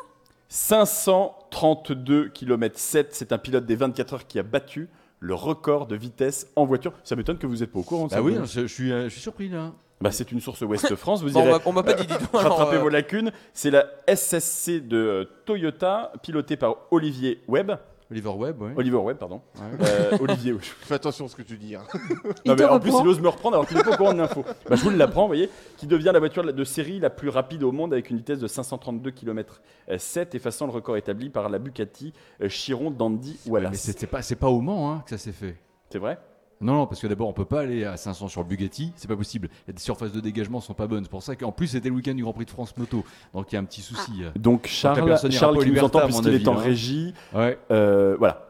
S1: 532 km 7, c'est un pilote des 24 heures qui a battu le record de vitesse en voiture. Ça m'étonne que vous n'êtes pas au courant. de
S3: Bah
S1: ça.
S3: oui, je, je suis, euh, je suis surpris là.
S1: Bah, c'est une source Ouest France, vous
S7: Bon, on
S1: irez
S7: m'a- on m'a pas dit du tout. alors,
S1: rattraper
S7: euh,
S1: vos lacunes. C'est la SSC de euh, Toyota, pilotée par Olivier Webb.
S3: Oliver Webb, ouais.
S1: Oliver Webb, pardon.
S3: Ouais.
S1: Euh, Olivier,
S3: [LAUGHS]
S1: oui.
S4: Fais attention à ce que tu
S1: [LAUGHS]
S4: dis. hein.
S1: Non,
S6: Il
S1: mais
S6: te
S1: en plus,
S6: reprend.
S1: il ose me reprendre alors qu'il n'est pas au courant de l'info. Bah, je vous l'apprends, vous voyez, qui devient la voiture de série la plus rapide au monde avec une vitesse de 532 km 7, effaçant le record établi par la Bucati euh, Chiron d'Andy
S3: Mais
S1: Wallace.
S3: c'était pas, c'est pas au Mans hein, que ça s'est fait.
S1: C'est vrai
S3: Non, non, parce que d'abord, on peut pas aller à 500 sur le Bugatti, c'est pas possible. Les surfaces de dégagement sont pas bonnes. C'est pour ça qu'en plus, c'était le week-end du Grand Prix de France Moto, donc il y a un petit souci.
S1: Donc Charles,
S3: personne n'ira
S1: Charles
S3: pas au
S1: qui nous
S3: Liberta, à
S1: entend
S3: mon
S1: puisqu'il
S3: avis,
S1: est en
S3: hein.
S1: régie,
S3: Ouais.
S1: euh, voilà.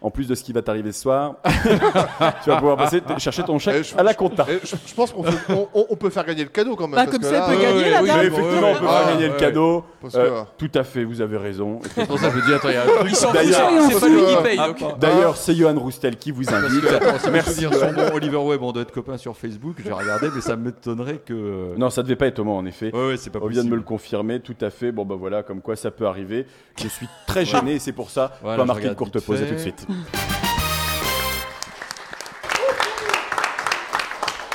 S1: En plus de ce qui va t'arriver ce soir, [LAUGHS] tu vas pouvoir passer t- chercher ton
S4: Eh,
S1: chèque
S4: je-
S1: à la compta.
S4: Eh, je, je pense qu'on peut, on- on- on peut faire gagner le cadeau quand même.
S8: Bah,
S4: parce
S8: comme
S4: que là,
S8: ça, elle peut
S4: euh,
S8: gagner. la
S1: Oui,
S8: dame.
S1: mais effectivement, on peut
S4: Ah,
S1: pas gagner le
S3: ouais.
S1: cadeau. Euh,
S4: Parce que-
S1: tout à fait, vous avez raison.
S3: C'est pour ça que je me dis, attends, [LAUGHS] il y a un truc.
S7: Il s'en fout,
S1: D'ailleurs, euh,
S7: c'est pas lui
S4: parce
S7: qui
S4: que-
S7: paye.
S3: Ah,
S7: donc.
S3: bon.
S1: D'ailleurs, c'est Johan Roustel qui vous
S3: Parce
S1: invite.
S3: que, attends,
S1: Merci,
S3: si Merci. Dire son nom, Oliver Webb, on doit être copains sur Facebook. J'ai regardé, mais ça m'étonnerait que.
S1: Non, ça devait pas être Thomas, en effet.
S3: Ouais, ouais, c'est pas
S1: On
S3: possible.
S1: vient de me le confirmer, tout à fait. Bon, bah voilà, comme quoi ça peut arriver. Je suis très gêné et c'est pour ça
S3: [LAUGHS] Voilà,
S1: qu'on va
S3: je
S1: marquer une
S3: regarde
S1: courte
S3: vite
S1: pause. À
S3: fait.
S1: tout de
S3: [LAUGHS]
S1: suite.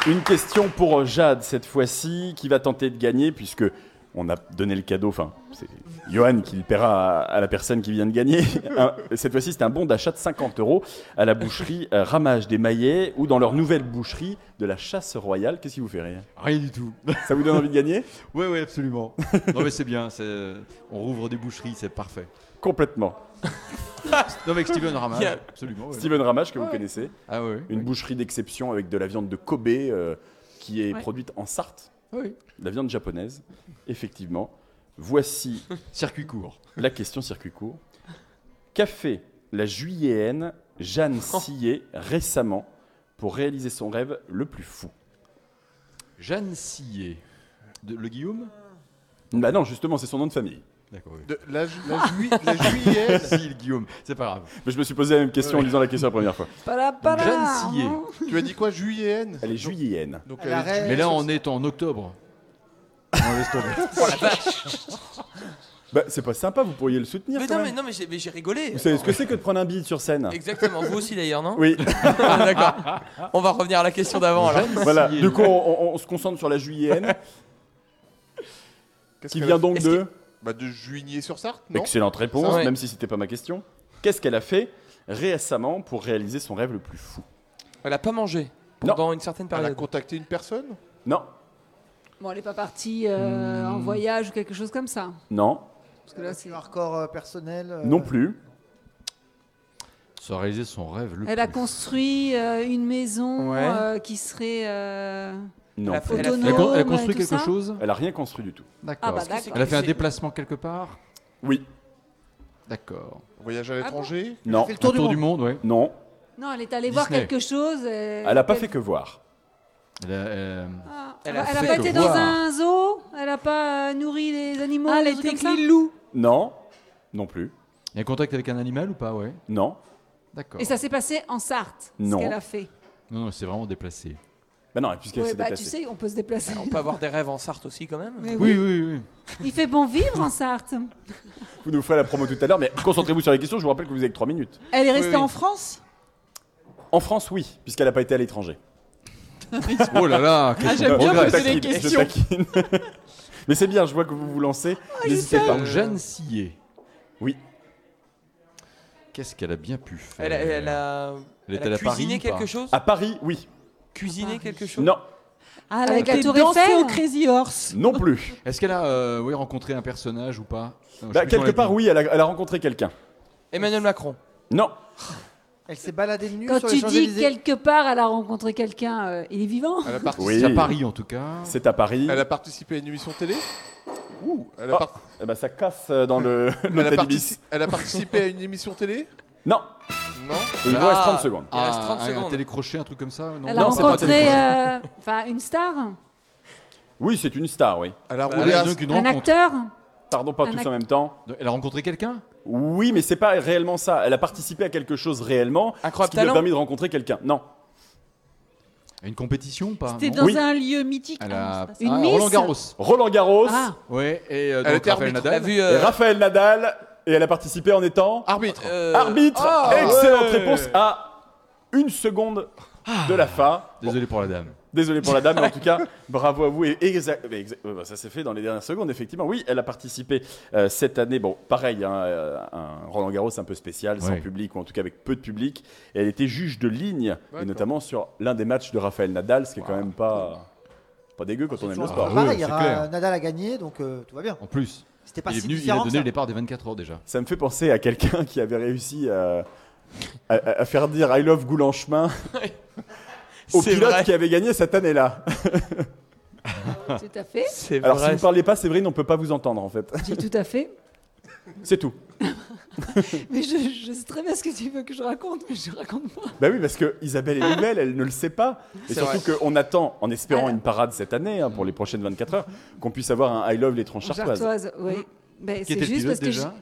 S1: Une question pour euh, Jade cette fois-ci, qui va tenter de gagner puisque on a donné le cadeau. Enfin, c'est Johan qui le paiera à, à la personne qui vient de gagner. [LAUGHS] Un- cette fois-ci, c'est un bon d'achat de 50 euros à la boucherie euh, Ramage des Maillets ou dans leur nouvelle boucherie de la Chasse Royale. Qu'est-ce qui vous fait rire
S3: Rien
S1: [LAUGHS]
S3: du tout.
S1: Ça vous donne envie de gagner
S3: Ouais, ouais, absolument. non, mais c'est bien. c'est- On rouvre des boucheries, c'est parfait.
S1: Complètement.
S3: Non, avec Steven Raman.
S7: Il y a-
S3: Absolument. ouais.
S1: Steven Ramage, que vous connaissez,
S3: Ah ouais.
S1: une boucherie d'exception avec de la viande de Kobe euh, qui est
S8: Ouais.
S1: produite en Sarthe,
S3: Oui.
S1: de la viande japonaise, effectivement.
S7: [LAUGHS]
S1: Voici
S3: Circuit court.
S1: la question circuit court. Café, la juilléenne Jeanne
S7: Oh.
S1: Sillet récemment pour réaliser son rêve le plus fou
S3: Jeanne Sillet. De- le Guillaume
S1: Bah non, justement, c'est son nom de famille.
S3: D'accord, oui.
S4: de- la, ju- la, jui- la juillet.
S3: Si, le Guillaume, c'est pas grave.
S1: Mais je me suis posé la même question en lisant la question la première fois.
S6: Pala, pala,
S3: Jeanne Sillet.
S6: hein.
S4: tu as dit quoi Juillet
S1: Elle est juilléenne.
S4: Donc,
S5: Elle arrête.
S3: Mais là, on est en octobre. On laisse tomber.
S1: Bah, c'est pas sympa, vous pourriez le soutenir
S7: Mais
S1: quand
S7: non, mais
S1: même.
S7: non, mais j'ai- mais j'ai rigolé.
S1: Vous savez ce que c'est que de prendre un bide sur scène
S7: Exactement, vous aussi d'ailleurs, non [LAUGHS]
S1: Oui.
S7: D'accord. On va revenir à la question d'avant alors.
S3: Jeanne
S1: Voilà,
S3: Sillet.
S1: du coup, on, on- on se concentre sur la juilléenne,
S4: Qu'est-ce
S1: qui
S4: qu'elle
S1: vient
S4: a-
S1: donc
S7: Est-ce
S1: de...
S4: bah, De Juigné-sur-Sarthe, non
S1: Excellente réponse,
S7: Ça, ouais.
S1: même si c'était pas ma question. Qu'est-ce qu'elle a fait récemment pour réaliser son rêve le plus fou
S7: Elle a pas mangé
S1: Non.
S7: pendant une certaine
S4: Elle a
S7: période.
S4: contacté une personne
S1: Non,
S6: Bon, elle n'est pas partie euh, en voyage ou quelque chose comme ça.
S1: non,
S6: Parce que là, c'est-
S5: C'est un record euh, personnel. euh,
S1: non plus.
S3: Ça a réalisé son rêve. Le
S6: Elle a
S3: plus.
S6: construit euh, une maison
S7: Ouais.
S6: euh, qui serait euh,
S1: Non.
S7: Elle a
S1: plus.
S7: fait-
S1: Elle,
S7: elle
S1: a...
S7: a-
S6: autonome.
S3: Elle a con- elle a
S6: et
S3: construit
S6: tout
S3: quelque
S6: ça.
S3: chose
S1: rien construit du tout.
S6: Ah
S7: D'accord.
S6: bah
S7: Parce que c'est-
S6: d'accord.
S3: Elle a fait un
S7: C'est-
S3: déplacement quelque part
S1: Oui,
S3: D'accord.
S4: Voyage à
S6: bon
S4: l'étranger
S5: elle a
S1: non,
S5: fait le
S3: Tour,
S5: tour du monde.
S3: du monde, ouais.
S1: non.
S6: Non, elle est allée voir
S3: Disney.
S6: quelque chose. euh,
S1: Elle a pas
S6: qu'elle-
S1: fait que voir.
S3: Elle a, euh,
S6: Ah,
S7: Elle
S6: elle
S7: a
S6: a,
S7: fait
S6: pas
S3: que
S6: été dans
S3: voir.
S6: un zoo. Elle a pas euh, nourri les animaux.
S8: ah,
S6: des
S8: les
S6: trucs comme ça.
S8: techniques loups.
S1: Non, non plus.
S3: il y a un contact avec un animal ou pas, ouais.
S1: Non,
S3: D'accord.
S6: Et ça s'est passé en Sarthe.
S1: Non.
S6: Ce qu'elle a fait.
S3: Non, non, c'est vraiment déplacé.
S1: Ben non, puisqu'elle
S6: Ouais,
S1: s'est
S6: bah, tu
S1: déplacée.
S6: sais, on peut se déplacer.
S7: On peut avoir des rêves en Sarthe aussi quand même.
S6: Mais oui.
S3: Oui, oui, oui.
S6: Il fait bon vivre en Sarthe.
S1: Vous nous ferez la promo tout à l'heure, mais concentrez-vous sur les questions. Je vous rappelle que vous avez que 3 minutes.
S8: Elle est restée
S7: oui.
S8: en France
S1: En France, oui, puisqu'elle n'a pas été à l'étranger.
S3: Oh là là,
S8: Ah,
S3: qu'est-ce
S8: j'aime
S1: Non,
S8: bien
S1: je
S8: poser
S1: taquine,
S8: les
S1: je
S8: questions.
S1: taquine. [LAUGHS] mais c'est bien, je vois que vous vous lancez. N'hésitez pas.
S3: qu'on- Jeanne Sillé.
S1: Oui.
S3: Qu'est-ce qu'elle a bien pu faire
S7: Elle, a- elle a,
S3: Elle
S7: elle
S3: était
S7: a
S3: à Paris,
S7: cuisiné
S3: ou pas
S7: quelque chose
S1: À Paris, oui.
S7: Cuisiné
S6: Paris.
S7: quelque chose
S1: Ah. Non,
S8: Ah,
S6: Avec la
S8: été
S6: Tour
S8: dansée
S6: Eiffel
S8: au Crazy Horse.
S1: non plus.
S3: Est-ce qu'elle a euh, oui, rencontré un personnage ou pas Non, je sais
S1: Bah,
S3: plus comment
S1: quelque
S3: elle
S1: part,
S3: dit.
S1: oui, elle a, elle a rencontré quelqu'un.
S7: Emmanuel Macron.
S1: Non,
S5: Elle s'est baladée nue
S6: Quand
S5: sur
S6: tu
S5: les
S6: dis
S5: Champs-Élysées.
S6: quelque part, elle a rencontré quelqu'un, euh, il est vivant.
S4: Elle a, parti-
S1: Oui.
S3: C'est à Paris en tout cas.
S1: c'est à Paris.
S4: elle a participé à une émission télé. Ouh, elle,
S1: Oh,
S4: a par-
S1: Eh ben, ça casse euh, dans [LAUGHS] le
S4: elle, a
S1: l'hôtel
S4: partici-
S1: Ibis.
S4: elle a participé à une émission télé
S1: Non,
S4: Non.
S1: il vous reste
S7: Ah.
S1: 30 secondes.
S7: Il reste 30
S3: un- un
S7: secondes.
S3: télécrochet, un truc comme ça non
S6: Elle a
S1: Non, c'est pas
S6: rencontré
S1: téléphone.
S6: euh, enfin, une star,
S1: Oui, c'est une star, oui.
S4: Elle a
S3: Bah, Elle a
S4: roulé à
S3: donc une
S6: un
S3: rencontre.
S6: acteur.
S1: Pardon, pas
S6: Un
S1: tous
S6: ac-
S1: en même temps.
S3: Elle a rencontré quelqu'un
S1: Oui, mais c'est pas réellement ça. Elle a participé à quelque chose réellement, ce
S7: Incroyable
S1: qui lui a
S7: talent.
S1: permis de rencontrer quelqu'un. Non,
S3: À Une compétition ou pas
S8: C'était
S3: non
S8: dans
S1: Oui.
S8: un lieu mythique.
S3: Elle
S8: Ah
S3: a...
S8: non, c'est
S6: Une
S3: Ah,
S6: Miss
S3: Roland Garros.
S1: Roland Garros,
S6: Ah,
S3: Ouais, et euh,
S4: Elle
S3: donc
S4: était
S3: Raphaël
S4: arbitre.
S7: Elle a
S3: Nadal.
S7: vu.
S1: et
S7: euh,
S1: Raphaël Nadal, et elle a participé en étant
S4: Arbitre.
S7: euh,
S1: arbitre.
S7: ah,
S1: Excellente
S3: ouais.
S1: réponse à une seconde de la fin.
S3: Désolé pour la dame.
S1: Désolé pour la dame, mais en tout cas, bravo à vous. Et exa- mais exa- euh, bah, ça s'est fait dans les dernières secondes, effectivement. Oui, elle a participé euh, cette année. Bon, pareil, hein, euh, un Roland Garros un peu spécial, sans
S3: Ouais.
S1: public, ou en tout cas avec peu de public. Et elle était juge de ligne, et
S4: D'accord.
S1: notamment sur l'un des matchs de Raphaël Nadal, ce qui est quand même pas, pas dégueu quand on aime le
S5: toujours
S7: hein.
S1: sport.
S3: Ah,
S5: pareil,
S3: oui, c'est
S5: Ra-
S3: clair.
S5: Nadal a gagné, donc euh, tout va bien.
S3: En plus,
S5: C'était pas
S3: il est
S5: si
S3: venu, il a
S5: différent.
S3: donné le
S5: que ça.
S3: départ des 24 heures déjà.
S1: Ça me fait penser à quelqu'un qui avait réussi euh, à, à- à faire dire I love Goulanchemin
S7: [LAUGHS]
S1: au
S7: C'est
S1: pilote
S7: vrai.
S1: qui avait gagné cette année-là.
S3: Ah.
S6: tout à fait.
S7: C'est
S1: Alors, si vous
S7: vrai.
S1: ne parlez pas, Séverine, on peut pas vous entendre, en fait.
S6: J'ai tout à fait.
S1: C'est tout.
S6: [LAUGHS] Mais je, je sais très bien ce que tu veux que je raconte, mais je raconte pas.
S1: Bah oui, parce que Isabelle est nouvelle, elle ne le sait pas. Et
S7: C'est
S1: surtout qu'on attend, en espérant une parade cette année, hein, pour les prochaines 24 heures, qu'on puisse avoir un I Love les tronches chartoises.
S6: Chartoise, oui. Ben,
S3: Hmm. Qui
S6: c'est
S3: était le
S6: juste
S3: pilote
S6: parce que
S3: déjà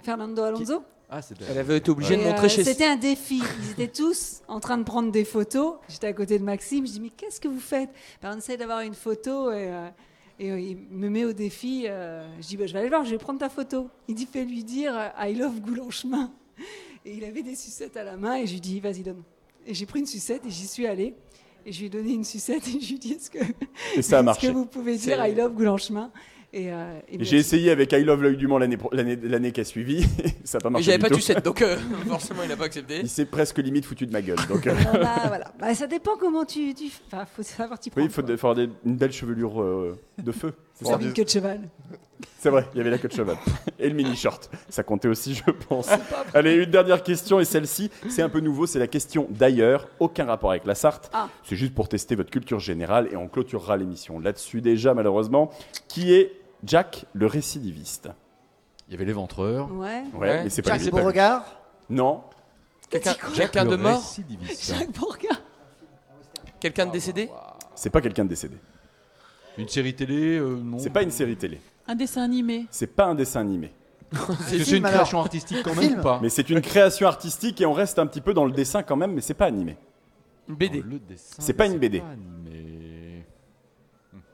S6: j'ai- Fernando Alonso.
S3: Ah, c'était.
S7: Elle avait été obligée
S6: Et,
S7: de
S6: euh,
S7: montrer chez
S6: C'était un défi. Ils étaient tous en train de prendre des photos. J'étais à côté de Maxime. Je dis mais qu'est-ce que vous faites Ben, On essaie d'avoir une photo et, euh, et, euh, il me met au défi. euh, je dis Bah, je vais aller le voir, je vais prendre ta photo. Il dit fais lui dire euh, I love Goulanchemin. Et il avait des sucettes à la main et je lui dis vas-y donne. Et j'ai pris une sucette et j'y suis allée. Et je lui ai donné une sucette et je lui ai dit est-ce que,
S1: Et ça a
S6: est-ce que
S1: marché.
S6: vous pouvez dire
S7: C'est-
S6: I love Goulanchemin Et, euh, il
S1: Et
S6: m'a
S1: J'ai
S6: dit-
S1: essayé avec I Love l'œil du Mans l'année pro- l'année l'année qui a suivi. [LAUGHS] ça n'a pas
S7: Mais
S1: marché.
S7: j'avais
S1: du
S7: pas
S1: tout.
S7: tu cette, donc euh, [LAUGHS] forcément il a pas accepté.
S1: Il s'est presque limite foutu de ma gueule.
S6: [LAUGHS]
S1: Donc, euh,
S6: Bon, bah, voilà. Bah, ça dépend comment tu. tu... Enfin, faut savoir
S1: oui,
S6: t'y prendre.
S1: il faut
S6: quoi.
S1: de- faut avoir des- une belle chevelure euh, de feu. C'est
S6: Comme
S1: ça
S6: une queue de cheval.
S1: C'est vrai, il y avait la queue de cheval. Et le mini-short. Ça comptait aussi, je pense. Allez, une dernière question, et celle-ci, c'est un peu nouveau, c'est la question d'ailleurs. Aucun rapport avec la Sarthe.
S6: Ah.
S1: C'est juste pour tester votre culture générale, et on clôturera l'émission là-dessus déjà, malheureusement. Qui est Jack le récidiviste
S3: Il y avait l'éventreur.
S6: Ouais.
S1: Ouais,
S7: Ouais.
S1: mais c'est pas
S5: Jack
S1: lui.
S5: Beauregard,
S1: Non,
S7: Quelqu'un
S6: Petit con.
S7: quelqu'un de
S3: Le
S7: mort,
S3: récidiviste.
S6: Jacques Bourgain.
S3: Ah,
S7: quelqu'un de décédé.
S1: c'est pas quelqu'un de décédé.
S3: Une série télé euh, Non.
S1: C'est pas une série télé.
S8: Un dessin animé.
S1: C'est pas un dessin animé.
S3: Est-ce que
S5: film,
S3: c'est une
S5: alors.
S3: création artistique quand même
S5: Film.
S3: ou pas Oh,
S1: Mais c'est une création artistique, et on reste un petit peu dans le dessin quand même, mais c'est pas animé.
S7: Une BD.
S3: Le dessin,
S1: C'est pas
S3: mais
S1: une BD.
S3: animé.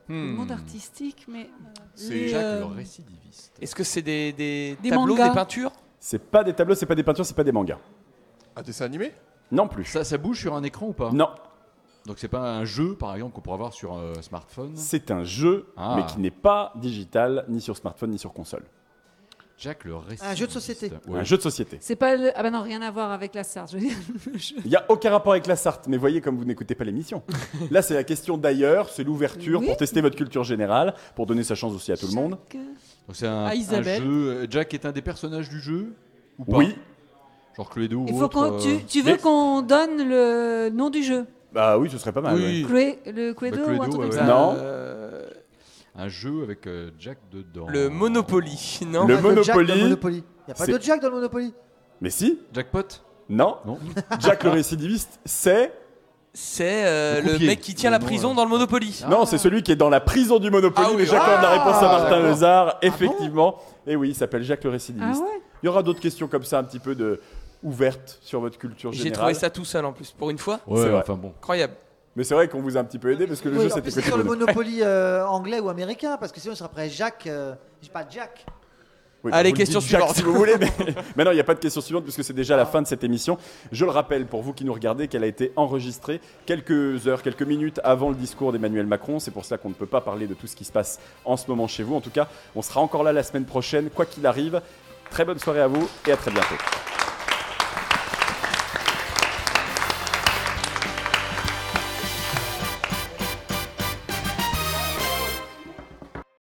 S6: Le
S3: Hmm.
S6: monde artistique, mais.
S3: C'est
S8: Les,
S3: Jacques
S8: euh,
S3: le récidiviste.
S7: Est-ce que c'est des, des,
S8: Des
S7: tableaux,
S8: mangas.
S7: des peintures
S1: C'est pas des tableaux, c'est pas des peintures, c'est pas des mangas.
S4: Un dessin animé
S1: Non plus.
S3: Ça, ça bouge sur un écran ou pas
S1: Non.
S3: Donc c'est pas un jeu par exemple qu'on pourrait avoir sur euh, smartphone.
S1: C'est un jeu,
S3: Ah.
S1: mais qui n'est pas digital, ni sur smartphone, ni sur console.
S3: Jack le récidiviste.
S5: Un jeu de société.
S3: Ouais.
S1: Un jeu de société.
S6: C'est pas le. Ah bah non, rien à voir avec la Sarthe. Je veux dire, le jeu.
S1: Il n'y a aucun rapport avec la Sarthe, mais voyez comme vous n'écoutez pas l'émission. Là, c'est la question d'ailleurs, c'est l'ouverture
S6: Oui.
S1: pour tester votre culture générale, pour donner sa chance aussi à tout le monde.
S6: Jacques-
S3: Donc c'est un,
S8: Ah,
S3: un
S8: Isabelle.
S3: jeu. Jack est un des personnages du jeu ou pas
S1: Oui,
S3: Genre Cluedo ou
S6: Il faut
S3: autre,
S6: qu'on.
S3: euh,
S6: Tu, tu veux
S1: mais-
S6: qu'on donne le nom du jeu
S1: bah oui, ce serait pas mal. ouais.
S7: Oui.
S6: Clue- Le Cluedo
S3: Cluedo,
S6: ou un truc
S3: ouais,
S6: comme
S1: ouais.
S6: ça
S1: Non.
S7: Euh,
S3: Un jeu avec euh, Jack dedans.
S7: le Monopoly, non
S1: Le
S5: pas de Jack dans
S1: Monopoly,
S5: le Monopoly. Il a pas
S1: c'est-
S5: de Jack dans le Monopoly.
S1: Mais si,
S3: Jackpot
S1: non,
S3: Non.
S1: [LAUGHS] Jack le récidiviste, c'est
S7: C'est euh,
S3: Le
S7: le,
S3: croupier.
S7: mec qui tient
S3: Le
S7: la
S3: nom,
S7: prison
S3: là.
S7: dans le Monopoly.
S3: Ah.
S1: non, c'est celui qui est dans la prison du Monopoly.
S7: Ah oui,
S1: mais j'accorde la
S7: ah,
S1: réponse à Martin
S7: d'accord.
S1: Lezard, effectivement. Et oui, il s'appelle Jacques le
S6: Ah
S1: récidiviste.
S6: ouais
S1: Il y aura d'autres questions comme ça, un petit peu de ouverte sur votre culture
S7: J'ai
S1: générale.
S7: trouvé ça tout seul en plus, pour une fois.
S1: C'est
S3: Ouais,
S1: vrai.
S3: enfin bon.
S7: Incroyable.
S1: Mais c'est vrai qu'on vous a un petit peu aidé parce que le
S5: Oui,
S1: jeu
S5: en
S1: c'était
S5: plus, c'est sur
S1: côté
S5: le
S1: bonheur.
S5: Monopoly euh, anglais ou américain, parce que sinon, ça serait Jack. euh, j'ai pas Jack.
S1: Oui,
S7: Allez,
S1: vous le
S7: question
S1: dites, Jacques,
S7: suivante.
S1: si vous
S7: [LAUGHS]
S1: voulez, mais, [LAUGHS] mais non, il n'y a pas de question suivante puisque c'est déjà la fin de cette émission. Je le rappelle pour vous qui nous regardez qu'elle a été enregistrée quelques heures, quelques minutes avant le discours d'Emmanuel Macron. C'est pour ça qu'on ne peut pas parler de tout ce qui se passe en ce moment chez vous. En tout cas, on sera encore là la semaine prochaine, quoi qu'il arrive. Très bonne soirée à vous et à très bientôt.